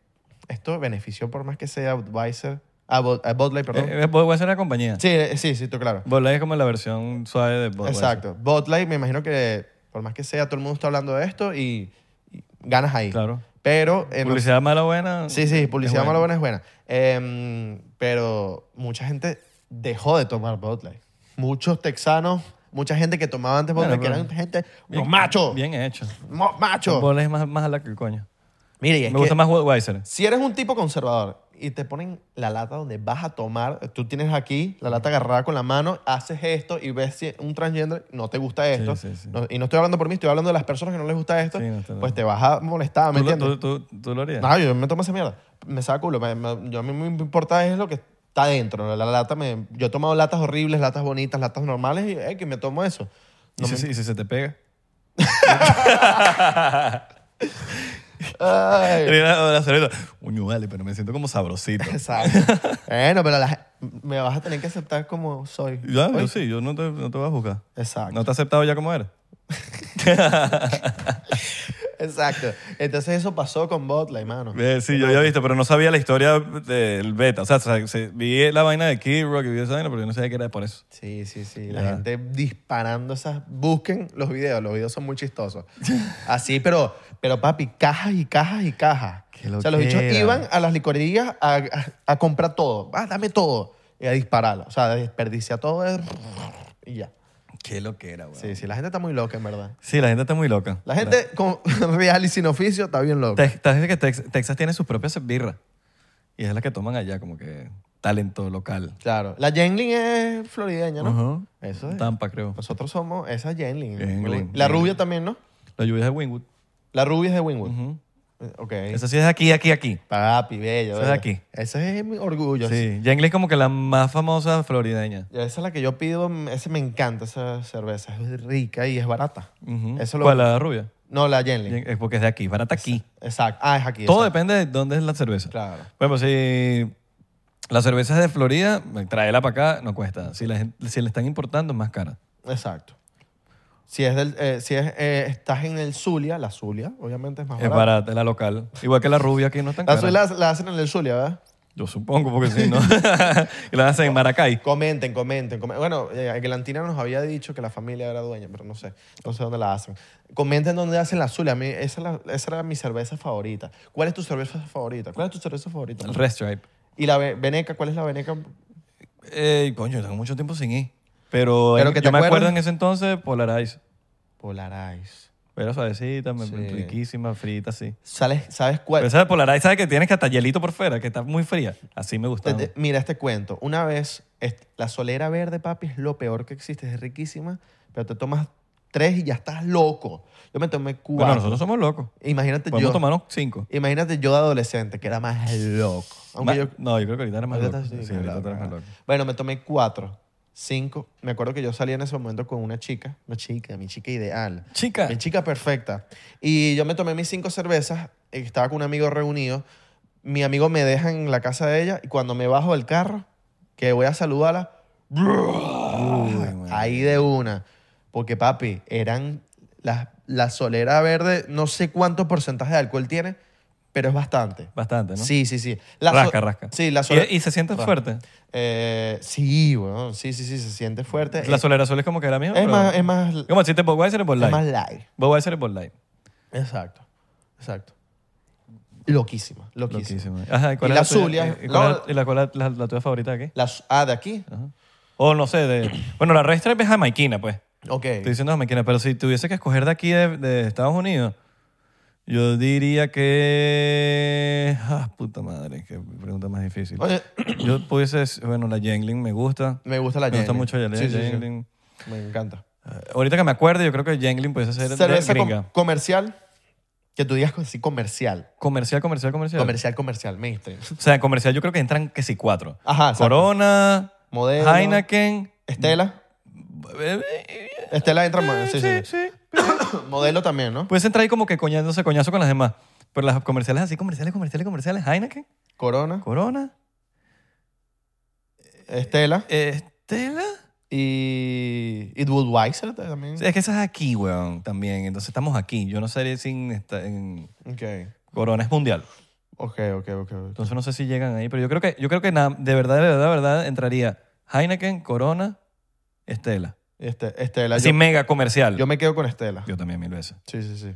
Speaker 1: esto benefició por más que sea Budweiser... A, Bud- a Bud Light, perdón.
Speaker 2: Eh, eh, Budweiser es la compañía.
Speaker 1: sí, eh, sí, sí, tú claro.
Speaker 2: Budweiser es como la versión suave de Budweiser.
Speaker 1: Exacto. Botlight, me imagino que por más que sea, todo el mundo está hablando de esto y, y ganas ahí.
Speaker 2: Claro.
Speaker 1: Pero. eh, no-
Speaker 2: Publicidad mala o buena.
Speaker 1: sí, sí, publicidad
Speaker 2: es
Speaker 1: mala buena es buena. Em, pero mucha gente dejó de tomar Botlight. Muchos texanos, mucha gente que tomaba antes
Speaker 2: Bueno,
Speaker 1: Botlight, que
Speaker 2: pero-
Speaker 1: eran gente.
Speaker 2: Bien-
Speaker 1: ¡Los machos!
Speaker 2: Bien hecho.
Speaker 1: mo- ¡Machos!
Speaker 2: Budweiser es más, más ala que el coño.
Speaker 1: Mire, y es
Speaker 2: Me gusta
Speaker 1: que
Speaker 2: más Budweiser.
Speaker 1: si eres un tipo conservador y te ponen la lata donde vas a tomar, tú tienes aquí la lata agarrada con la mano, haces esto y ves si un transgender no te gusta esto.
Speaker 2: sí, sí.
Speaker 1: No- y no estoy hablando por mí, estoy hablando de las personas que no les gusta esto.
Speaker 2: Sí, no, está bien.
Speaker 1: pues te vas a molestar, ¿me
Speaker 2: ¿Tú, lo-
Speaker 1: entiendes? Ah,
Speaker 2: tú, tú, tú lo harías?
Speaker 1: No, yo me tomo esa mierda. Me saca culo. me- me- yo a mí me importa es lo que está dentro. La, la lata me, yo he tomado latas horribles, latas bonitas, latas normales y eh, que me tomo eso.
Speaker 2: ¿Y, si, si- si se te pega?
Speaker 1: Ay.
Speaker 2: Y la- la cerveza, Uño, vale, pero me siento como sabrosito.
Speaker 1: Exacto. bueno, pero la- me vas a tener que aceptar como soy.
Speaker 2: Ya,
Speaker 1: Oye,
Speaker 2: yo sí, yo no te, no te voy a juzgar.
Speaker 1: Exacto.
Speaker 2: ¿No te he aceptado ya como eres?
Speaker 1: Exacto. Entonces eso pasó con Botlight, mano.
Speaker 2: Eh, sí, yo había visto, pero no sabía la historia del beta. O sea, se- se- vi la vaina de Kid Rock y vi esa vaina, pero yo no sabía que era por eso.
Speaker 1: Sí, sí, sí. La
Speaker 2: Ya.
Speaker 1: gente disparando esas... Busquen los videos. Los videos son muy chistosos. Así, pero, pero papi, cajas y cajas y cajas.
Speaker 2: Qué
Speaker 1: o sea, los bichos
Speaker 2: loquera.
Speaker 1: iban a las licorerías a, a- a comprar todo. Ah, dame todo. Y a dispararlo. O sea, desperdicia todo. eh, Y ya.
Speaker 2: Qué lo que era, güey. Sí.
Speaker 1: Sí, sí. La gente está muy loca, en verdad.
Speaker 2: la gente está muy loca.
Speaker 1: La gente con real y sin oficio está bien loca.
Speaker 2: Tex- Texas, que Tex- Texas tiene sus propias birras. Y es la que toman allá, como que talento local.
Speaker 1: Claro. La Jenlin es florideña, ¿no?
Speaker 2: Ujú.
Speaker 1: Eso es. Pues,
Speaker 2: Tampa, creo.
Speaker 1: Nosotros somos esa Jenlin.
Speaker 2: Jenlin.
Speaker 1: La rubia también, ¿no?
Speaker 2: La lluvia es de Wingwood.
Speaker 1: La rubia es de Winwood.
Speaker 2: Ujú.
Speaker 1: Ok.
Speaker 2: Esa sí es aquí, aquí, aquí.
Speaker 1: Papi, bello.
Speaker 2: Esa es
Speaker 1: bello.
Speaker 2: aquí.
Speaker 1: Ese es mi orgullo.
Speaker 2: Sí. Jengle es como que la más famosa florideña.
Speaker 1: Esa es la que yo pido. Ese me encanta, esa cerveza. Es rica y es barata.
Speaker 2: Ujú.
Speaker 1: Eso lo-
Speaker 2: ¿Cuál, la rubia?
Speaker 1: No, la Jenlin.
Speaker 2: Jen- Es porque es de aquí, barata aquí.
Speaker 1: Exacto. Ah, es aquí.
Speaker 2: Todo
Speaker 1: exacto.
Speaker 2: depende de dónde es la cerveza.
Speaker 1: Claro.
Speaker 2: Bueno, pues si La cerveza es de Florida, traerla para acá no cuesta. Si la, gen- si la están importando, es más cara.
Speaker 1: Exacto. Si, es del, eh, si es, eh, estás en el Zulia, la Zulia, obviamente es más
Speaker 2: Es
Speaker 1: barata.
Speaker 2: barata, es la local. Igual que la rubia, que no es tan
Speaker 1: La
Speaker 2: cara.
Speaker 1: Zulia la hacen en el Zulia, ¿verdad?
Speaker 2: Yo supongo, porque si no. Y la hacen en Maracay.
Speaker 1: Comenten, comenten. comen- Bueno, eh, Atlantina nos había dicho que la familia era dueña, pero no sé. No sé dónde la hacen. Comenten dónde hacen la Zulia. A mí esa, la- esa era mi cerveza favorita. ¿Cuál es tu cerveza favorita? ¿Cuál es tu cerveza favorita?
Speaker 2: El Restripe.
Speaker 1: ¿Y la ve- veneca? ¿Cuál es la veneca?
Speaker 2: Eh, coño, tengo mucho tiempo sin ir. Pero,
Speaker 1: Pero
Speaker 2: eh,
Speaker 1: que
Speaker 2: yo
Speaker 1: te
Speaker 2: me acuerdo
Speaker 1: acuerdas.
Speaker 2: en ese entonces, Polar Ice.
Speaker 1: Polarize.
Speaker 2: Era suavecita, me-
Speaker 1: Sí.
Speaker 2: riquísima, frita, sí.
Speaker 1: ¿Sales- ¿Sabes cuál?
Speaker 2: Pero esa de Polar Ice, ¿sabes que tienes que hasta hielito por fuera? Que está muy fría. Así me gusta.
Speaker 1: Te- te- mira este cuento. Una vez, est- la solera verde, papi, es lo peor que existe. Es riquísima, pero te tomas tres y ya estás loco. Yo me tomé cuatro.
Speaker 2: Bueno, nosotros somos locos.
Speaker 1: imagínate yo.
Speaker 2: Podemos tomarnos cinco.
Speaker 1: Imagínate yo de adolescente, que era más loco. Aunque
Speaker 2: Ma-
Speaker 1: yo-
Speaker 2: No, yo creo que ahorita eres más
Speaker 1: ahorita
Speaker 2: loco.
Speaker 1: sí,
Speaker 2: Sí,
Speaker 1: claro,
Speaker 2: ahorita eres
Speaker 1: ajá.
Speaker 2: más loco.
Speaker 1: Bueno, me tomé cuatro, cinco. Me acuerdo que yo salía en ese momento con una chica, una chica, mi chica ideal.
Speaker 2: Chica.
Speaker 1: Mi chica perfecta. Y yo me tomé mis cinco cervezas, eh, estaba con un amigo reunido. Mi amigo me deja en la casa de ella y cuando me bajo del carro, que voy a saludarla,
Speaker 2: Uy,
Speaker 1: ahí de una. Porque, papi, eran las la solera verde, no sé cuánto porcentaje de alcohol tiene, pero es bastante.
Speaker 2: Bastante, ¿no?
Speaker 1: Sí, sí, sí. La so-
Speaker 2: rasca, rasca.
Speaker 1: Sí, la solera.
Speaker 2: ¿Y, y se siente
Speaker 1: Rasca.
Speaker 2: fuerte.
Speaker 1: Eh, sí, weón. Sí, sí, sí, se siente fuerte.
Speaker 2: La
Speaker 1: Eh,
Speaker 2: solera sol es como que era misma.
Speaker 1: es,
Speaker 2: pero-
Speaker 1: más, es más, es
Speaker 2: Como si te Budweiser es Bud
Speaker 1: más
Speaker 2: Light.
Speaker 1: light.
Speaker 2: Budweiser es Bud Light.
Speaker 1: Exacto, exacto. Loquísima, loquísima.
Speaker 2: Loquísima. Ajá, ¿y cuál
Speaker 1: Y
Speaker 2: es
Speaker 1: la
Speaker 2: tuya?
Speaker 1: Zulia,
Speaker 2: ¿Y
Speaker 1: no-
Speaker 2: cuál es- y la, cuál es la, la tuya favorita de aquí?
Speaker 1: La su- ah, de aquí.
Speaker 2: Ajá. O no sé, de... Bueno, la Red Stripe es jamaiquina, pues.
Speaker 1: Ok.
Speaker 2: Estoy diciendo jamaiquina, pero si tuviese que escoger de aquí, de, de Estados Unidos, yo diría que... Ah, puta madre, qué pregunta más difícil.
Speaker 1: Oye,
Speaker 2: Yo pudiese... Bueno, la Jengling me gusta.
Speaker 1: me gusta la
Speaker 2: Me gusta
Speaker 1: Jenny.
Speaker 2: mucho la
Speaker 1: Sí, sí, sí.
Speaker 2: Jengling.
Speaker 1: Me encanta.
Speaker 2: Eh, Ahorita que me acuerdo, yo creo que Jengling pudiese ser de
Speaker 1: Cerveza com-
Speaker 2: gringa.
Speaker 1: comercial, que tú digas así comercial.
Speaker 2: Comercial, comercial, comercial.
Speaker 1: Comercial, comercial, mainstream.
Speaker 2: O sea, comercial yo creo que entran que sí cuatro.
Speaker 1: Ajá, exacto. Eh,
Speaker 2: Corona,
Speaker 1: Modelo.
Speaker 2: Heineken. eh,
Speaker 1: Estela. Estela entra. mo- Sí, sí, sí. Modelo también, ¿no?
Speaker 2: Puedes entrar ahí como que coñándose coñazo con las demás. Pero las comerciales así, comerciales, comerciales, comerciales. Heineken,
Speaker 1: Corona,
Speaker 2: Corona,
Speaker 1: Estela
Speaker 2: Estela.
Speaker 1: y, y Budweiser también.
Speaker 2: Es que esas aquí, weón, también. Entonces estamos aquí. Yo no sé si en esta- en
Speaker 1: Ok.
Speaker 2: Corona es mundial.
Speaker 1: Ok, ok, ok. ok.
Speaker 2: Entonces no sé si llegan ahí. Pero yo creo que, yo creo que na- de verdad, de verdad, de verdad, entraría Heineken, Corona, Estela.
Speaker 1: Este, Estela.
Speaker 2: Así
Speaker 1: Yo,
Speaker 2: mega comercial.
Speaker 1: yo me quedo con Estela.
Speaker 2: Yo también mil veces.
Speaker 1: Sí, sí, sí.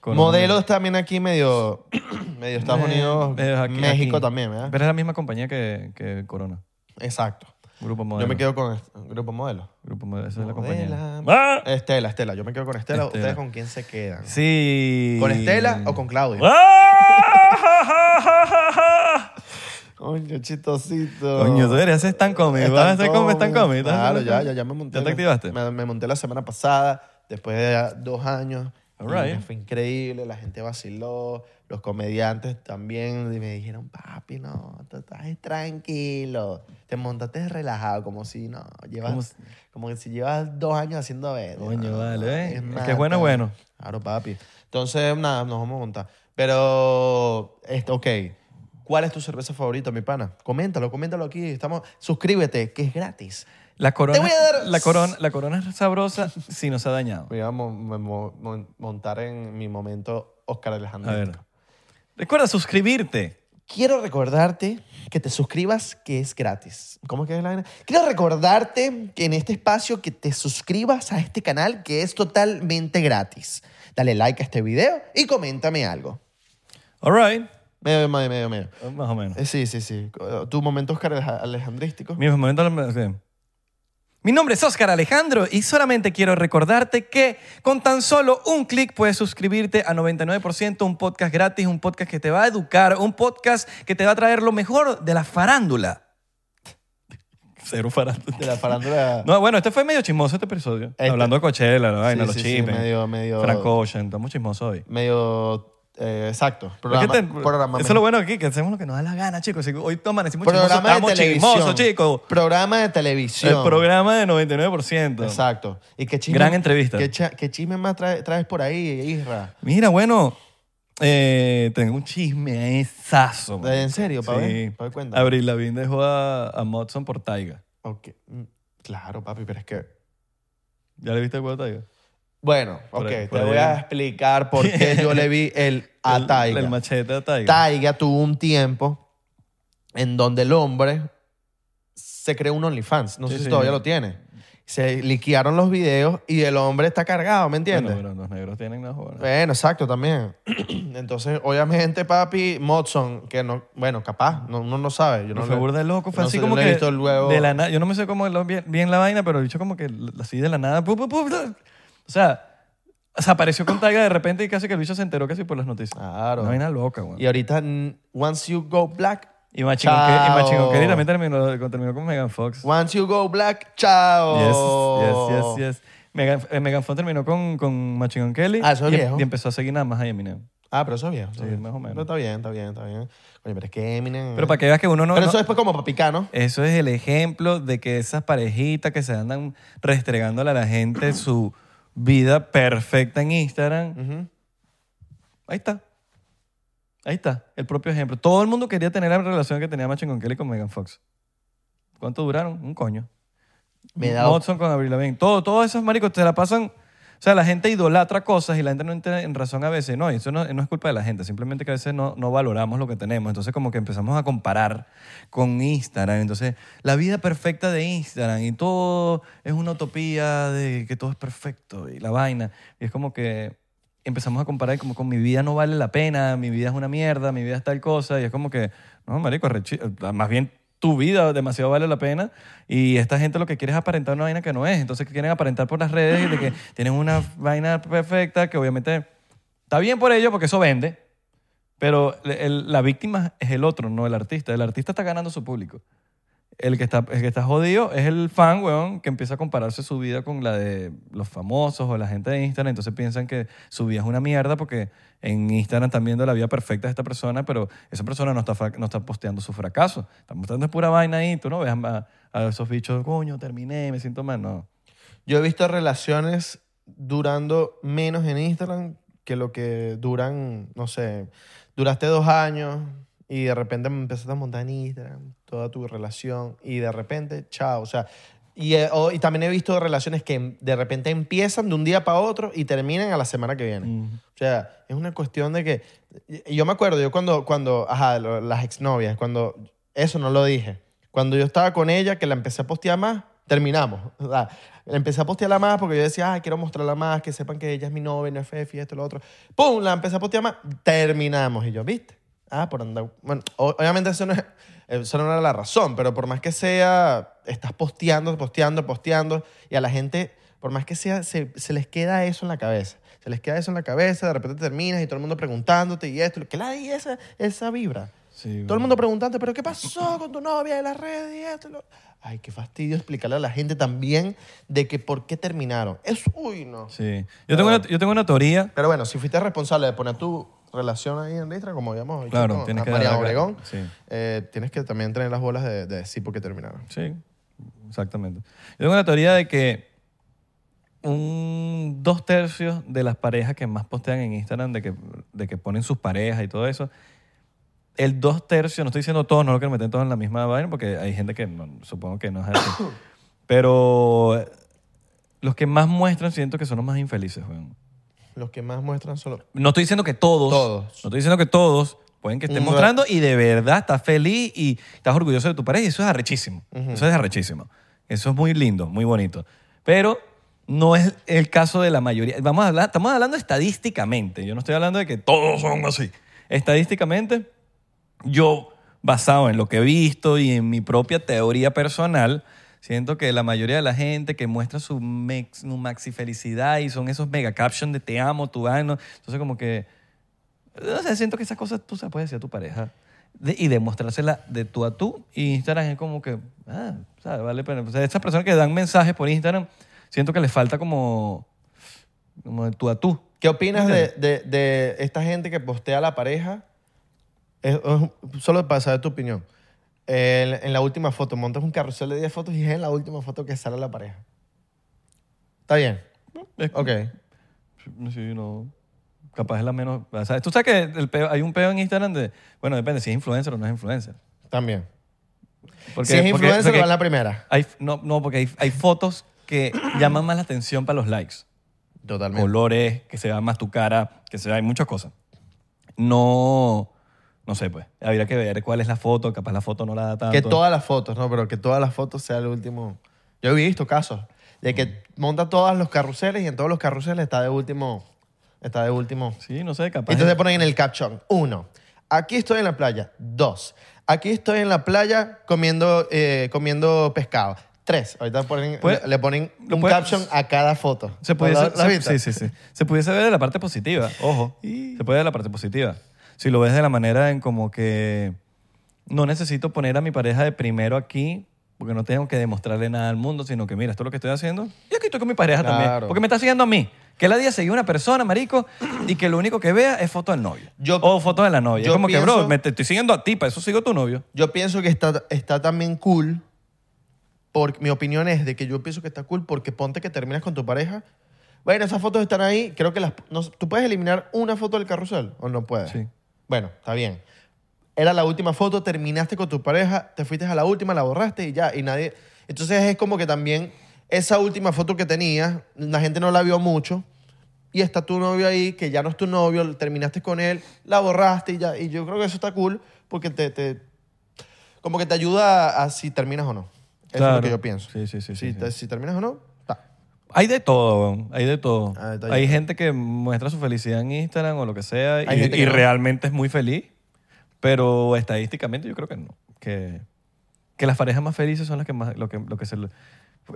Speaker 2: Con-
Speaker 1: Modelos también aquí medio, medio Estados
Speaker 2: Eh,
Speaker 1: Unidos,
Speaker 2: eh, aquí-
Speaker 1: México
Speaker 2: aquí.
Speaker 1: también, ¿verdad?
Speaker 2: Pero es la misma compañía que, que Corona.
Speaker 1: Exacto.
Speaker 2: Grupo Modelo.
Speaker 1: Yo me quedo con este- Grupo Modelo.
Speaker 2: Grupo Modelo, esa es la
Speaker 1: Modela.
Speaker 2: compañía. ¡Ah!
Speaker 1: Estela, Estela. Yo me quedo con Estela.
Speaker 2: Estela.
Speaker 1: ¿Ustedes con quién se quedan?
Speaker 2: Sí.
Speaker 1: ¿Con Estela o con Claudia?
Speaker 2: ¡Ah!
Speaker 1: Coño, chistosito.
Speaker 2: Coño, tú eres ese tan cómico. ¿Vas a hacer como están cómico?
Speaker 1: Claro, ya, ya, ya me monté.
Speaker 2: ¿Ya te activaste?
Speaker 1: Me, me monté la semana pasada, después de dos años.
Speaker 2: All
Speaker 1: Y
Speaker 2: right.
Speaker 1: me Fue increíble, la gente vaciló, los comediantes también y me dijeron, papi, no, tú estás tranquilo, te montaste relajado, como si no, llevas,
Speaker 2: Como si-
Speaker 1: como que si llevas dos años haciendo esto.
Speaker 2: Coño,
Speaker 1: No, no,
Speaker 2: vale, ¿eh? El
Speaker 1: más,
Speaker 2: que es bueno,
Speaker 1: tal.
Speaker 2: bueno.
Speaker 1: Claro, papi. Entonces, nada, nos vamos a montar. Pero, este, ok, ¿cuál es tu cerveza favorita, mi pana? Coméntalo, coméntalo aquí, estamos, suscríbete, que es gratis.
Speaker 2: La corona,
Speaker 1: Te voy a dar-
Speaker 2: la, corona, la corona es sabrosa si nos ha dañado.
Speaker 1: Me iba a mo- me mo- mon- montar en mi momento Oscar Alejandro.
Speaker 2: A ver. Recuerda suscribirte.
Speaker 1: Quiero recordarte que te suscribas, que es gratis. ¿Cómo es que es la vaina? Quiero recordarte que en este espacio que te suscribas a este canal, que es totalmente gratis. Dale like a este video y coméntame algo.
Speaker 2: All right. Oh,
Speaker 1: Medio, medio, medio, medio.
Speaker 2: Más o menos.
Speaker 1: Eh, sí, sí, sí. Eh, Tu momento Oscar Aleja- Alejandrístico.
Speaker 2: Mi momento- sí. Mi nombre es Óscar Alejandro y solamente quiero recordarte que con tan solo un clic puedes suscribirte a 99%, un podcast gratis, un podcast que te va a educar, un podcast que te va a traer lo mejor de la farándula. Cero farándula.
Speaker 1: De la farándula.
Speaker 2: No, bueno, este fue medio chismoso este episodio.
Speaker 1: Este-
Speaker 2: Hablando de Coachella, la vaina,
Speaker 1: Sí,
Speaker 2: los
Speaker 1: sí, sí,
Speaker 2: chismes.
Speaker 1: medio, medio.
Speaker 2: Frank Ocean, estamos chismosos hoy.
Speaker 1: Medio. eh, exacto.
Speaker 2: Es que
Speaker 1: Programa,
Speaker 2: te-
Speaker 1: programa-
Speaker 2: eso es lo bueno aquí, que hacemos lo que nos da la gana, chicos. Si Hoy toman, decimos chismosos,
Speaker 1: programa de
Speaker 2: estamos
Speaker 1: televisión.
Speaker 2: chismosos, chicos.
Speaker 1: Programa de televisión.
Speaker 2: El programa de 99%.
Speaker 1: Exacto. Y qué chisme,
Speaker 2: Gran entrevista.
Speaker 1: ¿Qué, cha- qué chisme más trae- traes por ahí, Isra?
Speaker 2: Mira, bueno, eh, tengo un chisme esazo.
Speaker 1: ¿De- en serio, pa' ver? Pa' ver, cuéntame.
Speaker 2: Abril Lavigne dejó a, a Mudson por Taiga.
Speaker 1: Ok. Mm, Claro, papi, pero es que...
Speaker 2: ¿Ya le viste el juego a Taiga?
Speaker 1: Bueno,
Speaker 2: Por
Speaker 1: ok,
Speaker 2: ahí,
Speaker 1: te
Speaker 2: por
Speaker 1: voy
Speaker 2: ahí.
Speaker 1: a explicar por qué yo le vi el a
Speaker 2: El-
Speaker 1: Taiga.
Speaker 2: El, machete a Taiga.
Speaker 1: Taiga tuvo un tiempo en donde el hombre se creó un OnlyFans. No
Speaker 2: Sí,
Speaker 1: sé si
Speaker 2: sí.
Speaker 1: todavía lo tiene. Se liquearon los videos y el hombre está cargado, ¿me entiendes?
Speaker 2: Bueno,
Speaker 1: Bueno,
Speaker 2: pero los negros tienen una joda.
Speaker 1: exacto, también. Entonces, obviamente, papi, Motson, que no, bueno, capaz, no, uno no sabe. Yo
Speaker 2: Pero
Speaker 1: no
Speaker 2: fue
Speaker 1: le-
Speaker 2: burda de loco, fue
Speaker 1: no
Speaker 2: así
Speaker 1: sé, yo
Speaker 2: como
Speaker 1: no he
Speaker 2: que
Speaker 1: visto el huevo.
Speaker 2: de la nada, yo no me sé cómo lo- bien, bien la vaina, pero el bicho como que l- así de la nada, pu, pu, pu, pu. o sea, se apareció con Taiga de repente y casi que el bicho se enteró casi por las noticias.
Speaker 1: Ah, Claro.
Speaker 2: Una vaina loca, güey.
Speaker 1: Y ahorita, mm, once you go black,
Speaker 2: Y Machingo
Speaker 1: Chao.
Speaker 2: Kelly también terminó, terminó con Megan Fox.
Speaker 1: once you go black, chao.
Speaker 2: Yes, yes, yes, yes. Megan, eh, Megan Fox terminó con, con Machine Gun Kelly
Speaker 1: Ah, eso es
Speaker 2: y,
Speaker 1: viejo.
Speaker 2: y empezó a seguir nada más a Eminem.
Speaker 1: Ah, pero eso es bien. eso es
Speaker 2: Sí,
Speaker 1: bien.
Speaker 2: más o menos.
Speaker 1: Pero está bien, está bien, está bien. Oye, pero es que Eminem...
Speaker 2: Pero para que veas que uno no...
Speaker 1: Pero
Speaker 2: no-
Speaker 1: eso es pues como para picar, ¿no?
Speaker 2: Eso es el ejemplo de que esas parejitas que se andan restregándole a la gente su vida perfecta en Instagram. Ahí está. Ahí está, el propio ejemplo. Todo el mundo quería tener la relación que tenía Machine con Kelly con Megan Fox. ¿Cuánto duraron? Un coño.
Speaker 1: Me da-
Speaker 2: Watson con Avril Lavigne. Todo, todos esos maricos te la pasan... O sea, la gente idolatra cosas y la gente no entra en razón a veces. No, y eso no, no es culpa de la gente. Simplemente que a veces no, no valoramos lo que tenemos. Entonces como que empezamos a comparar con Instagram. Entonces, la vida perfecta de Instagram y todo es una utopía de que todo es perfecto y la vaina. Y es como que empezamos a comparar y como con mi vida no vale la pena, mi vida es una mierda, mi vida es tal cosa. Y es como que, no, marico, arrechi- más bien tu vida demasiado vale la pena y esta gente lo que quiere es aparentar una vaina que no es. Entonces quieren aparentar por las redes y de que tienen una vaina perfecta que obviamente está bien por ello porque eso vende. Pero le- el- la víctima es el otro, no el artista. El artista está ganando su público. El que, está, el que está jodido es el fan, weón, que empieza a compararse su vida con la de los famosos o la gente de Instagram. Entonces piensan que su vida es una mierda porque en Instagram están viendo la vida perfecta de esta persona, pero esa persona no está, fra- no está posteando su fracaso. Están mostrando pura vaina ahí. Tú no ves a, a esos bichos, coño, terminé, me siento mal. No.
Speaker 1: Yo he visto relaciones durando menos en Instagram que lo que duran, no sé, duraste dos años y de repente empezaste a montar en Instagram toda tu relación y de repente, chao, o sea... Y, eh, o- y también he visto relaciones que de repente empiezan de un día para otro y terminan a la semana que viene. O sea, es una cuestión de que. y- Yo me acuerdo, yo cuando. cuando ajá, lo- las exnovias, cuando. Eso no lo dije. Cuando yo estaba con ella, que la empecé a postear más, terminamos. O sea, la empecé a postearla más porque yo decía, ay, quiero mostrarla más, que sepan que ella es mi novia, no es Fefi, esto, lo otro. ¡Pum! La empecé a postear más, terminamos. Y yo, ¿viste? Ah, por andar. Bueno, o- obviamente eso no, es- eso no era la razón, pero por más que sea, estás posteando, posteando, posteando, y a la gente, por más que sea, se, se les queda eso en la cabeza. Se les queda eso en la cabeza, de repente terminas y todo el mundo preguntándote y esto, y lo- ¿qué la di esa, esa vibra?
Speaker 2: Sí,
Speaker 1: Todo el
Speaker 2: weón.
Speaker 1: mundo preguntándote, ¿pero qué pasó con tu novia de las redes y esto? y lo-". Ay, qué fastidio explicarle a la gente también de que por qué terminaron. Es, uy, no.
Speaker 2: Sí. Yo, tengo una, yo tengo una teoría.
Speaker 1: Pero bueno, si fuiste responsable de poner tu relación ahí en Instagram, como habíamos dicho
Speaker 2: Claro,
Speaker 1: con
Speaker 2: tienes que
Speaker 1: María
Speaker 2: dar la cara.
Speaker 1: Obregón,
Speaker 2: Sí.
Speaker 1: eh, tienes que también tener las bolas de, de decir por qué terminaron.
Speaker 2: Sí, exactamente. Yo tengo la teoría de que un dos tercios de las parejas que más postean en Instagram, de que, de que ponen sus parejas y todo eso, el dos tercios, no estoy diciendo todos, no lo quiero meter todos en la misma vaina, porque hay gente que no- supongo que no es así. Pero eh, los que más muestran siento que son los más infelices, weón.
Speaker 1: Los que más muestran solo.
Speaker 2: No estoy diciendo que todos.
Speaker 1: Todos.
Speaker 2: No estoy diciendo que todos. Pueden que estén
Speaker 1: Un-
Speaker 2: mostrando y de verdad estás feliz y estás orgulloso de tu pareja. Y eso es arrechísimo. Eso es arrechísimo. Eso es muy lindo, muy bonito. Pero no es el caso de la mayoría. Vamos a hablar, estamos hablando estadísticamente. Yo no estoy hablando de que todos son así. Estadísticamente, yo, basado en lo que he visto y en mi propia teoría personal, siento que la mayoría de la gente que muestra su, mex- su maxi felicidad y son esos mega captions de te amo, tu ano. Entonces, como que. No sé, siento que esas cosas tú se las puedes decir a tu pareja de- y demostrárselas de tú a tú. Y Instagram es como que. Ah, ¿sabes? Vale, pero. O sea, estas personas que dan mensajes por Instagram, siento que les falta como. Como de tú a tú.
Speaker 1: ¿Qué opinas de, de- de esta gente que postea a la pareja? Es- es- solo para saber tu opinión. El- en la última foto, montas un carrusel de 10 fotos y es en la última foto que sale la pareja. ¿Está bien?
Speaker 2: Es-
Speaker 1: Ok.
Speaker 2: Sí, no. capaz es la menos... o sea, Tú sabes que el peo- hay un peo en Instagram de... Bueno, depende si es influencer o no es influencer.
Speaker 1: También.
Speaker 2: Porque-
Speaker 1: si es
Speaker 2: porque-
Speaker 1: influencer,
Speaker 2: porque
Speaker 1: va en la primera.
Speaker 2: hay- no, no, porque hay, hay fotos que llaman más la atención para los likes.
Speaker 1: Totalmente.
Speaker 2: Colores, que se vea más tu cara, que se vea... Hay muchas cosas. No... No sé, pues. Habría que ver cuál es la foto. Capaz la foto no la da tanto.
Speaker 1: Que todas las fotos, ¿no? Pero que todas las fotos sea el último. Yo he visto casos de que monta todos los carruseles y en todos los carruseles está de último. Está de último.
Speaker 2: Sí, no sé, capaz...
Speaker 1: Entonces ponen en el caption, uno, aquí estoy en la playa. Dos, aquí estoy en la playa comiendo, eh, comiendo pescado. Tres, ahorita ponen,
Speaker 2: Pues,
Speaker 1: le ponen
Speaker 2: lo
Speaker 1: un
Speaker 2: puede-
Speaker 1: caption a cada foto.
Speaker 2: Se
Speaker 1: puede
Speaker 2: pudiese, se- sí, sí, sí. Se pudiese ver de la parte positiva, ojo. Se puede ver de la parte positiva. Si lo ves de la manera en como que no necesito poner a mi pareja de primero aquí porque no tengo que demostrarle nada al mundo, sino que mira, esto es lo que estoy haciendo. Y aquí estoy con mi pareja también.
Speaker 1: Claro.
Speaker 2: Porque me está siguiendo a mí. Que la día seguí una persona, marico, y que lo único que vea es foto del novio.
Speaker 1: Yo-
Speaker 2: o foto de la novia. Es
Speaker 1: yo
Speaker 2: como que, bro,
Speaker 1: pienso-
Speaker 2: me te estoy siguiendo a ti, para eso sigo a tu novio.
Speaker 1: Yo pienso que está, está también cool. Porque mi opinión es de que yo pienso que está cool porque ponte que terminas con tu pareja. Bueno, esas fotos están ahí. Creo que las. no sé, ¿Tú puedes eliminar una foto del carrusel o no puedes?
Speaker 2: Sí.
Speaker 1: Bueno, está bien. Era la última foto, terminaste con tu pareja, te fuiste a la última, la borraste y ya. Y nadie. Entonces es como que también esa última foto que tenías, la gente no la vio mucho. Y está tu novio ahí, que ya no es tu novio, terminaste con él, la borraste y ya. Y yo creo que eso está cool porque te, te- como que te ayuda a, a si terminas o no. Eso es
Speaker 2: Claro.
Speaker 1: lo que yo pienso.
Speaker 2: Sí, sí, sí,
Speaker 1: Si,
Speaker 2: sí,
Speaker 1: te- si terminas o no, está.
Speaker 2: Hay de todo, weón. hay de todo.
Speaker 1: Ah, está
Speaker 2: hay
Speaker 1: bien.
Speaker 2: gente que muestra su felicidad en Instagram o lo que sea
Speaker 1: Hay
Speaker 2: y,
Speaker 1: gente que
Speaker 2: y
Speaker 1: no.
Speaker 2: realmente es muy feliz, pero estadísticamente yo creo que no. Que, que las parejas más felices son las que más... Lo que, lo que se,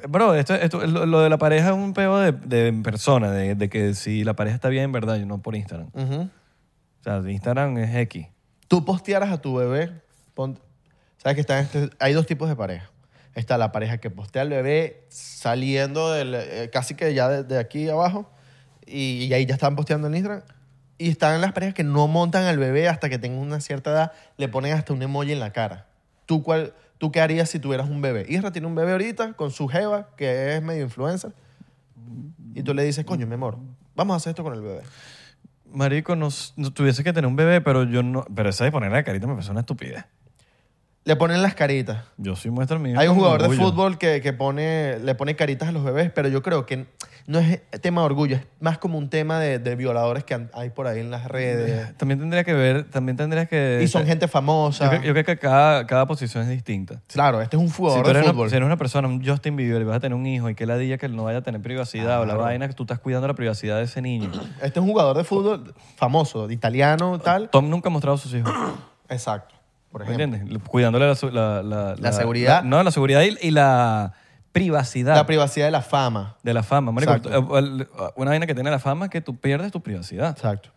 Speaker 2: bro, esto, esto- lo, lo de la pareja es un peo de, de persona, de, de que si la pareja está bien, en verdad, yo no por Instagram.
Speaker 1: Ujú.
Speaker 2: O sea, Instagram es X.
Speaker 1: tú postearas a tu bebé, pon- sabes que están este- hay dos tipos de pareja. Está la pareja que postea al bebé saliendo del, eh, casi que ya de, de aquí abajo y, y ahí ya están posteando en Instagram. Y están las parejas que no montan al bebé hasta que tenga una cierta edad, le ponen hasta un emoji en la cara. ¿Tú, cuál, ¿Tú qué harías si tuvieras un bebé? Isra tiene un bebé ahorita con su jeva, que es medio influencer. Y tú le dices, coño, mi amor, vamos a hacer esto con el bebé.
Speaker 2: Marico, no, s- no tuviese que tener un bebé, pero yo no... Pero esa de ponerle la carita me parece una estupidez.
Speaker 1: Le ponen las caritas.
Speaker 2: Yo sí muestro el mío.
Speaker 1: Hay un
Speaker 2: con
Speaker 1: jugador de
Speaker 2: orgullo.
Speaker 1: fútbol que, que pone, le pone caritas a los bebés, pero yo creo que no es tema de orgullo, es más como un tema de, de violadores que han- hay por ahí en las redes.
Speaker 2: También tendría que ver, también tendrías que...
Speaker 1: Y son gente
Speaker 2: Yo,
Speaker 1: famosa.
Speaker 2: creo- yo creo que cada, cada posición es distinta.
Speaker 1: Claro, este es un
Speaker 2: Si
Speaker 1: jugador
Speaker 2: tú
Speaker 1: de
Speaker 2: eres
Speaker 1: fútbol.
Speaker 2: una, si eres una persona, un Justin Bieber, y vas a tener un hijo y que la diga que él no vaya a tener privacidad o la vaina que tú estás cuidando la privacidad de ese niño.
Speaker 1: Este es un jugador de fútbol famoso, de italiano, tal.
Speaker 2: Tom nunca ha mostrado a sus hijos,
Speaker 1: Exacto. Por
Speaker 2: ¿me
Speaker 1: ejemplo.
Speaker 2: entiendes? Cuidándole la, su- la, la,
Speaker 1: seguridad.
Speaker 2: la- no, la seguridad y, y la privacidad
Speaker 1: La privacidad de la fama.
Speaker 2: de la fama. marico.
Speaker 1: Exacto.
Speaker 2: El- el- una vaina que tiene la fama es que tú pierdes tu privacidad.
Speaker 1: Exacto.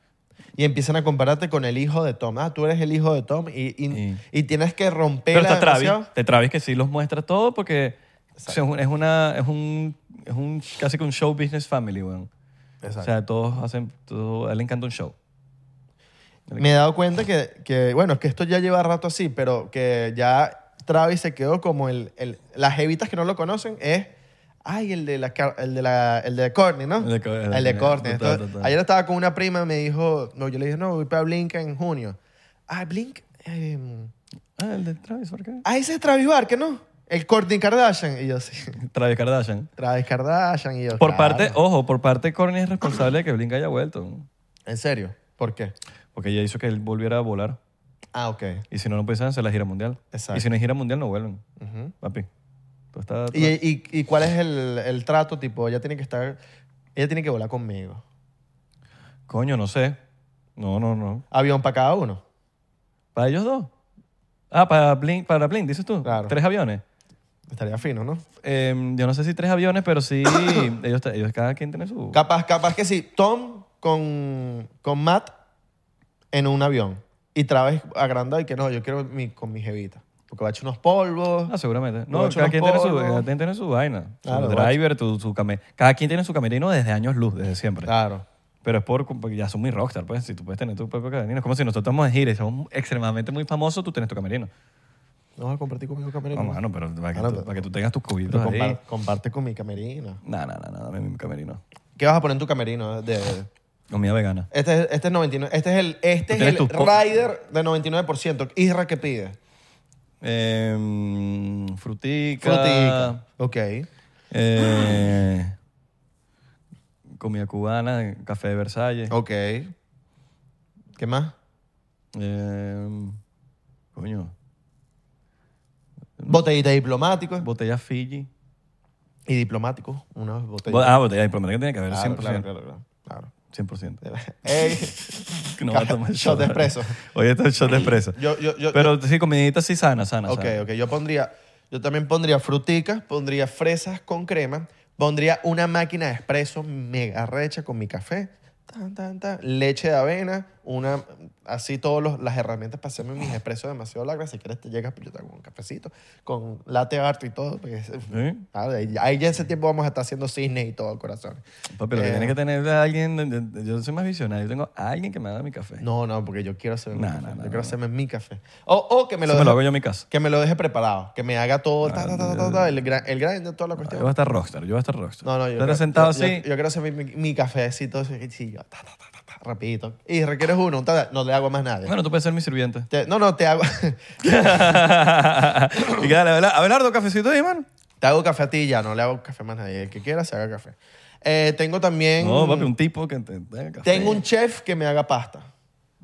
Speaker 1: Y empiezan a compararte con el hijo de Tom. Ah, tú eres el hijo de Tom y, y,
Speaker 2: Sí.
Speaker 1: y tienes que romper
Speaker 2: Pero está Travis,
Speaker 1: demasiado.
Speaker 2: de Travis que sí los muestra todo porque es un- es una es un, es un casi que un show business family, weón.
Speaker 1: Exacto.
Speaker 2: O sea, todos hacen, todo, a él le encanta un show.
Speaker 1: Me he dado cuenta que, que, bueno, es que esto ya lleva rato así, pero que ya Travis se quedó como el, el- las jevitas que no lo conocen es, ay, el de la, car- el de la, el de Courtney, ¿no?
Speaker 2: El de Cour- el de-
Speaker 1: El de Courtney.
Speaker 2: total,
Speaker 1: Entonces,
Speaker 2: total.
Speaker 1: Ayer estaba con una prima y me dijo, no, yo le dije, no, voy para Blink en junio. Ah, Blink, eh,
Speaker 2: Ah, el de Travis, ¿por qué?
Speaker 1: ah, ese es Travis Barker, ¿no? El Courtney Kardashian. Y yo, sí,
Speaker 2: Travis Kardashian.
Speaker 1: Travis Kardashian. Y yo,
Speaker 2: Por
Speaker 1: Pues claro.
Speaker 2: parte, ojo, por parte Corny es responsable de que Blink haya vuelto. ¿no?
Speaker 1: ¿En serio? ¿Por qué?
Speaker 2: Porque ella hizo que él volviera a volar.
Speaker 1: Ah, ok.
Speaker 2: Y si no, no pudiesen hacer la gira mundial.
Speaker 1: Exacto.
Speaker 2: Y si no hay gira mundial, no vuelven.
Speaker 1: Ujú.
Speaker 2: Papi. Tú estás...
Speaker 1: ¿Y, y, y cuál es el, el trato? Tipo, ella tiene que estar. Ella tiene que volar conmigo.
Speaker 2: Coño, no sé. No, no, no.
Speaker 1: Avión para cada uno.
Speaker 2: ¿Para ellos dos? Ah, para Blink, para Blink dices tú.
Speaker 1: Claro.
Speaker 2: Tres aviones.
Speaker 1: Estaría fino, ¿no?
Speaker 2: Eh, yo no sé si tres aviones, pero sí... ellos, ellos cada quien tiene su...
Speaker 1: Capaz, capaz que sí. Tom con, con Matt en un avión. Y Travis agrandado y que no, yo quiero mi- con mi jevita. Porque va a echar unos polvos.
Speaker 2: Ah, seguramente.
Speaker 1: Los
Speaker 2: No,
Speaker 1: ocho
Speaker 2: cada quien, tiene su,
Speaker 1: polvos.
Speaker 2: cada quien tiene su vaina.
Speaker 1: Claro,
Speaker 2: su driver, tu- su came- cada quien tiene su camerino desde años luz, desde siempre.
Speaker 1: Claro.
Speaker 2: Pero es por, porque ya son muy rockstar, pues. Si tú puedes tener tu propio camerino. Es como si nosotros estamos de gira y somos extremadamente muy famosos, tú tienes tu camerino.
Speaker 1: No vas a compartir conmigo camerino.
Speaker 2: No, mano, pero para que,
Speaker 1: Claro,
Speaker 2: tú,
Speaker 1: pero-
Speaker 2: para que tú tengas tus
Speaker 1: Pero
Speaker 2: cubitos ahí.
Speaker 1: compar- comparte con mi camerino.
Speaker 2: No, no, no, no, dame mi camerino.
Speaker 1: ¿Qué vas a poner en tu camerino? De,
Speaker 2: Comida vegana.
Speaker 1: Este es, este es 99. Este es el, este es
Speaker 2: tienes
Speaker 1: el
Speaker 2: tus po-
Speaker 1: rider de 99%. Isra que pide.
Speaker 2: Eh, frutica.
Speaker 1: Frutica. Ok.
Speaker 2: eh, comida cubana, café de Versalles.
Speaker 1: Ok. ¿Qué más?
Speaker 2: eh, coño.
Speaker 1: Botellita diplomático.
Speaker 2: Botella Fiji.
Speaker 1: Y diplomático. Una
Speaker 2: Bo-
Speaker 1: botella.
Speaker 2: Ah, botella diplomática tiene que haber
Speaker 1: Claro,
Speaker 2: 100%.
Speaker 1: claro, claro, claro, claro.
Speaker 2: 100%.
Speaker 1: Ey,
Speaker 2: Que No va a tomar
Speaker 1: shot de espresso.
Speaker 2: Oye, está el shot de espresso.
Speaker 1: Yo, yo, yo,
Speaker 2: Pero sí, comidita sí sana, sana,
Speaker 1: Ok,
Speaker 2: sana.
Speaker 1: ok. Yo pondría, yo también pondría fruticas, pondría fresas con crema, pondría una máquina de espresso mega recha con mi café, tan, tan, tan, leche de avena, una, así todas las herramientas para hacerme mis espresos demasiado largas. Si quieres te llegas, pues yo te hago un cafecito con latte art y todo. porque es-
Speaker 2: ¿Sí?
Speaker 1: Ah, ahí ya- ahí ya ese tiempo vamos a estar haciendo cisne y todo, corazón.
Speaker 2: Papi, lo que
Speaker 1: Eh.
Speaker 2: tienes que tener es a alguien. de- de- Yo soy más visionario. Yo tengo a alguien que me haga mi café.
Speaker 1: No, no, porque yo quiero hacerme mi
Speaker 2: No,
Speaker 1: café.
Speaker 2: no, no,
Speaker 1: yo quiero
Speaker 2: no.
Speaker 1: hacerme mi café. O, o que me
Speaker 2: Eso
Speaker 1: lo
Speaker 2: me
Speaker 1: deje-
Speaker 2: lo hago yo en mi casa.
Speaker 1: Que me lo deje preparado, que me haga todo, ta, ta, ta, ta, ta, ta, el, gran, el grind de toda la
Speaker 2: Yo
Speaker 1: cuestión.
Speaker 2: voy a estar rockstar. Yo voy a estar rockstar.
Speaker 1: No, no, yo.
Speaker 2: Estar
Speaker 1: creo-
Speaker 2: sentado
Speaker 1: yo-
Speaker 2: así.
Speaker 1: Yo, yo quiero hacer mi, mi, mi cafecito, así, sí, yo, ta, ta, ta, ta, ta, rapidito. Y requieres uno, ta, ta, no le hago a más nadie.
Speaker 2: Bueno, tú puedes ser mi sirviente.
Speaker 1: Te- no, no, te hago,
Speaker 2: y que dale, Abel- Abelardo, cafecito ahí, mano.
Speaker 1: te hago café a ti y ya, no le hago café a más nadie. El que quiera se haga café. Eh, tengo también.
Speaker 2: No, papi, un tipo que te te haga café.
Speaker 1: tengo un chef que me haga pasta.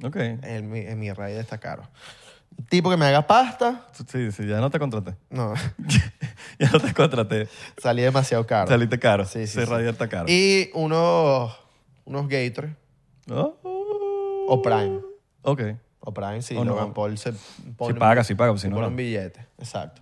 Speaker 2: Ok.
Speaker 1: En mi, en mi raíz está caro. Tipo que me haga pasta.
Speaker 2: Sí, sí, ya no te contraté.
Speaker 1: No,
Speaker 2: ya no te contraté.
Speaker 1: salí demasiado caro.
Speaker 2: Saliste caro.
Speaker 1: Sí,
Speaker 2: Sí,
Speaker 1: sí,
Speaker 2: sí. Se
Speaker 1: sí.
Speaker 2: radiarta caro.
Speaker 1: Y unos, unos Gatorade
Speaker 2: Oh.
Speaker 1: o Prime.
Speaker 2: Ok.
Speaker 1: O Prime, sí,
Speaker 2: O no.
Speaker 1: Logan Paul se pone,
Speaker 2: Si paga, si paga. pues,
Speaker 1: se
Speaker 2: Si no,
Speaker 1: pone
Speaker 2: no.
Speaker 1: un billete. Exacto.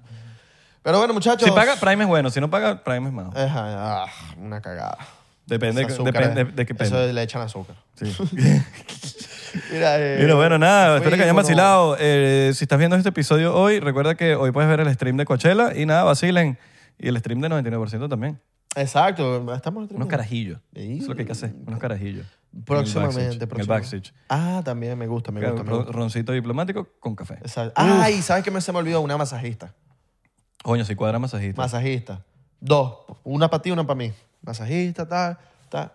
Speaker 1: Pero bueno, muchachos.
Speaker 2: Si paga, Prime es bueno. Si no paga, Prime es malo.
Speaker 1: Ajá, ah, una cagada.
Speaker 2: Depende,
Speaker 1: Ese azúcar
Speaker 2: depende
Speaker 1: es-
Speaker 2: de qué
Speaker 1: Eso
Speaker 2: pena.
Speaker 1: le echan azúcar.
Speaker 2: Sí.
Speaker 1: Mira, eh,
Speaker 2: Mira, bueno, nada, espero que hayan
Speaker 1: fuimos.
Speaker 2: vacilado. Eh, si estás viendo este episodio hoy, recuerda que hoy puedes ver el stream de Coachella y nada, vacilen. Y el stream del 99% también.
Speaker 1: Exacto, estamos en
Speaker 2: Unos carajillos.
Speaker 1: Uh. Sí.
Speaker 2: Eso es lo que hay que hacer, unos carajillos.
Speaker 1: Próximamente,
Speaker 2: En el
Speaker 1: próximo.
Speaker 2: backstage.
Speaker 1: Ah, también me gusta, me
Speaker 2: En el
Speaker 1: gusta.
Speaker 2: backstage.
Speaker 1: Me gusta.
Speaker 2: Roncito diplomático con café.
Speaker 1: Exacto. Ay, ¿sabes qué me se me olvidó? Una masajista.
Speaker 2: Coño, si cuadra masajista.
Speaker 1: Masajista. Dos. Una para ti, una para mí. Masajista, tal, tal.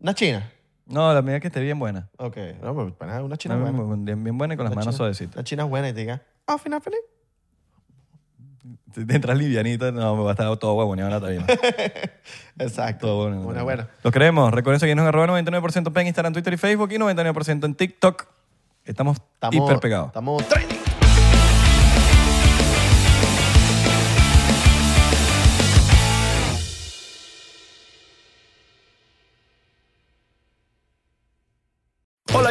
Speaker 1: Una china.
Speaker 2: No, la medida que esté bien buena.
Speaker 1: Ok. No, pues, para nada, una china
Speaker 2: Una
Speaker 1: buena.
Speaker 2: bien, bien buena y con las
Speaker 1: Una
Speaker 2: manos
Speaker 1: china-
Speaker 2: suavecitas.
Speaker 1: Una china buena y te diga, ah, final feliz.
Speaker 2: Si te entras livianita, no, me va a estar todo huevoneado en la tarima.
Speaker 1: Exacto.
Speaker 2: Todo bueno.
Speaker 1: Una buena.
Speaker 2: Lo queremos. Recuerden seguirnos en arroba 99% en Instagram, Twitter y Facebook y 99% en TikTok. Estamos,
Speaker 1: Estamos,
Speaker 2: hiper pegados.
Speaker 1: Estamos trending.
Speaker 3: Hola,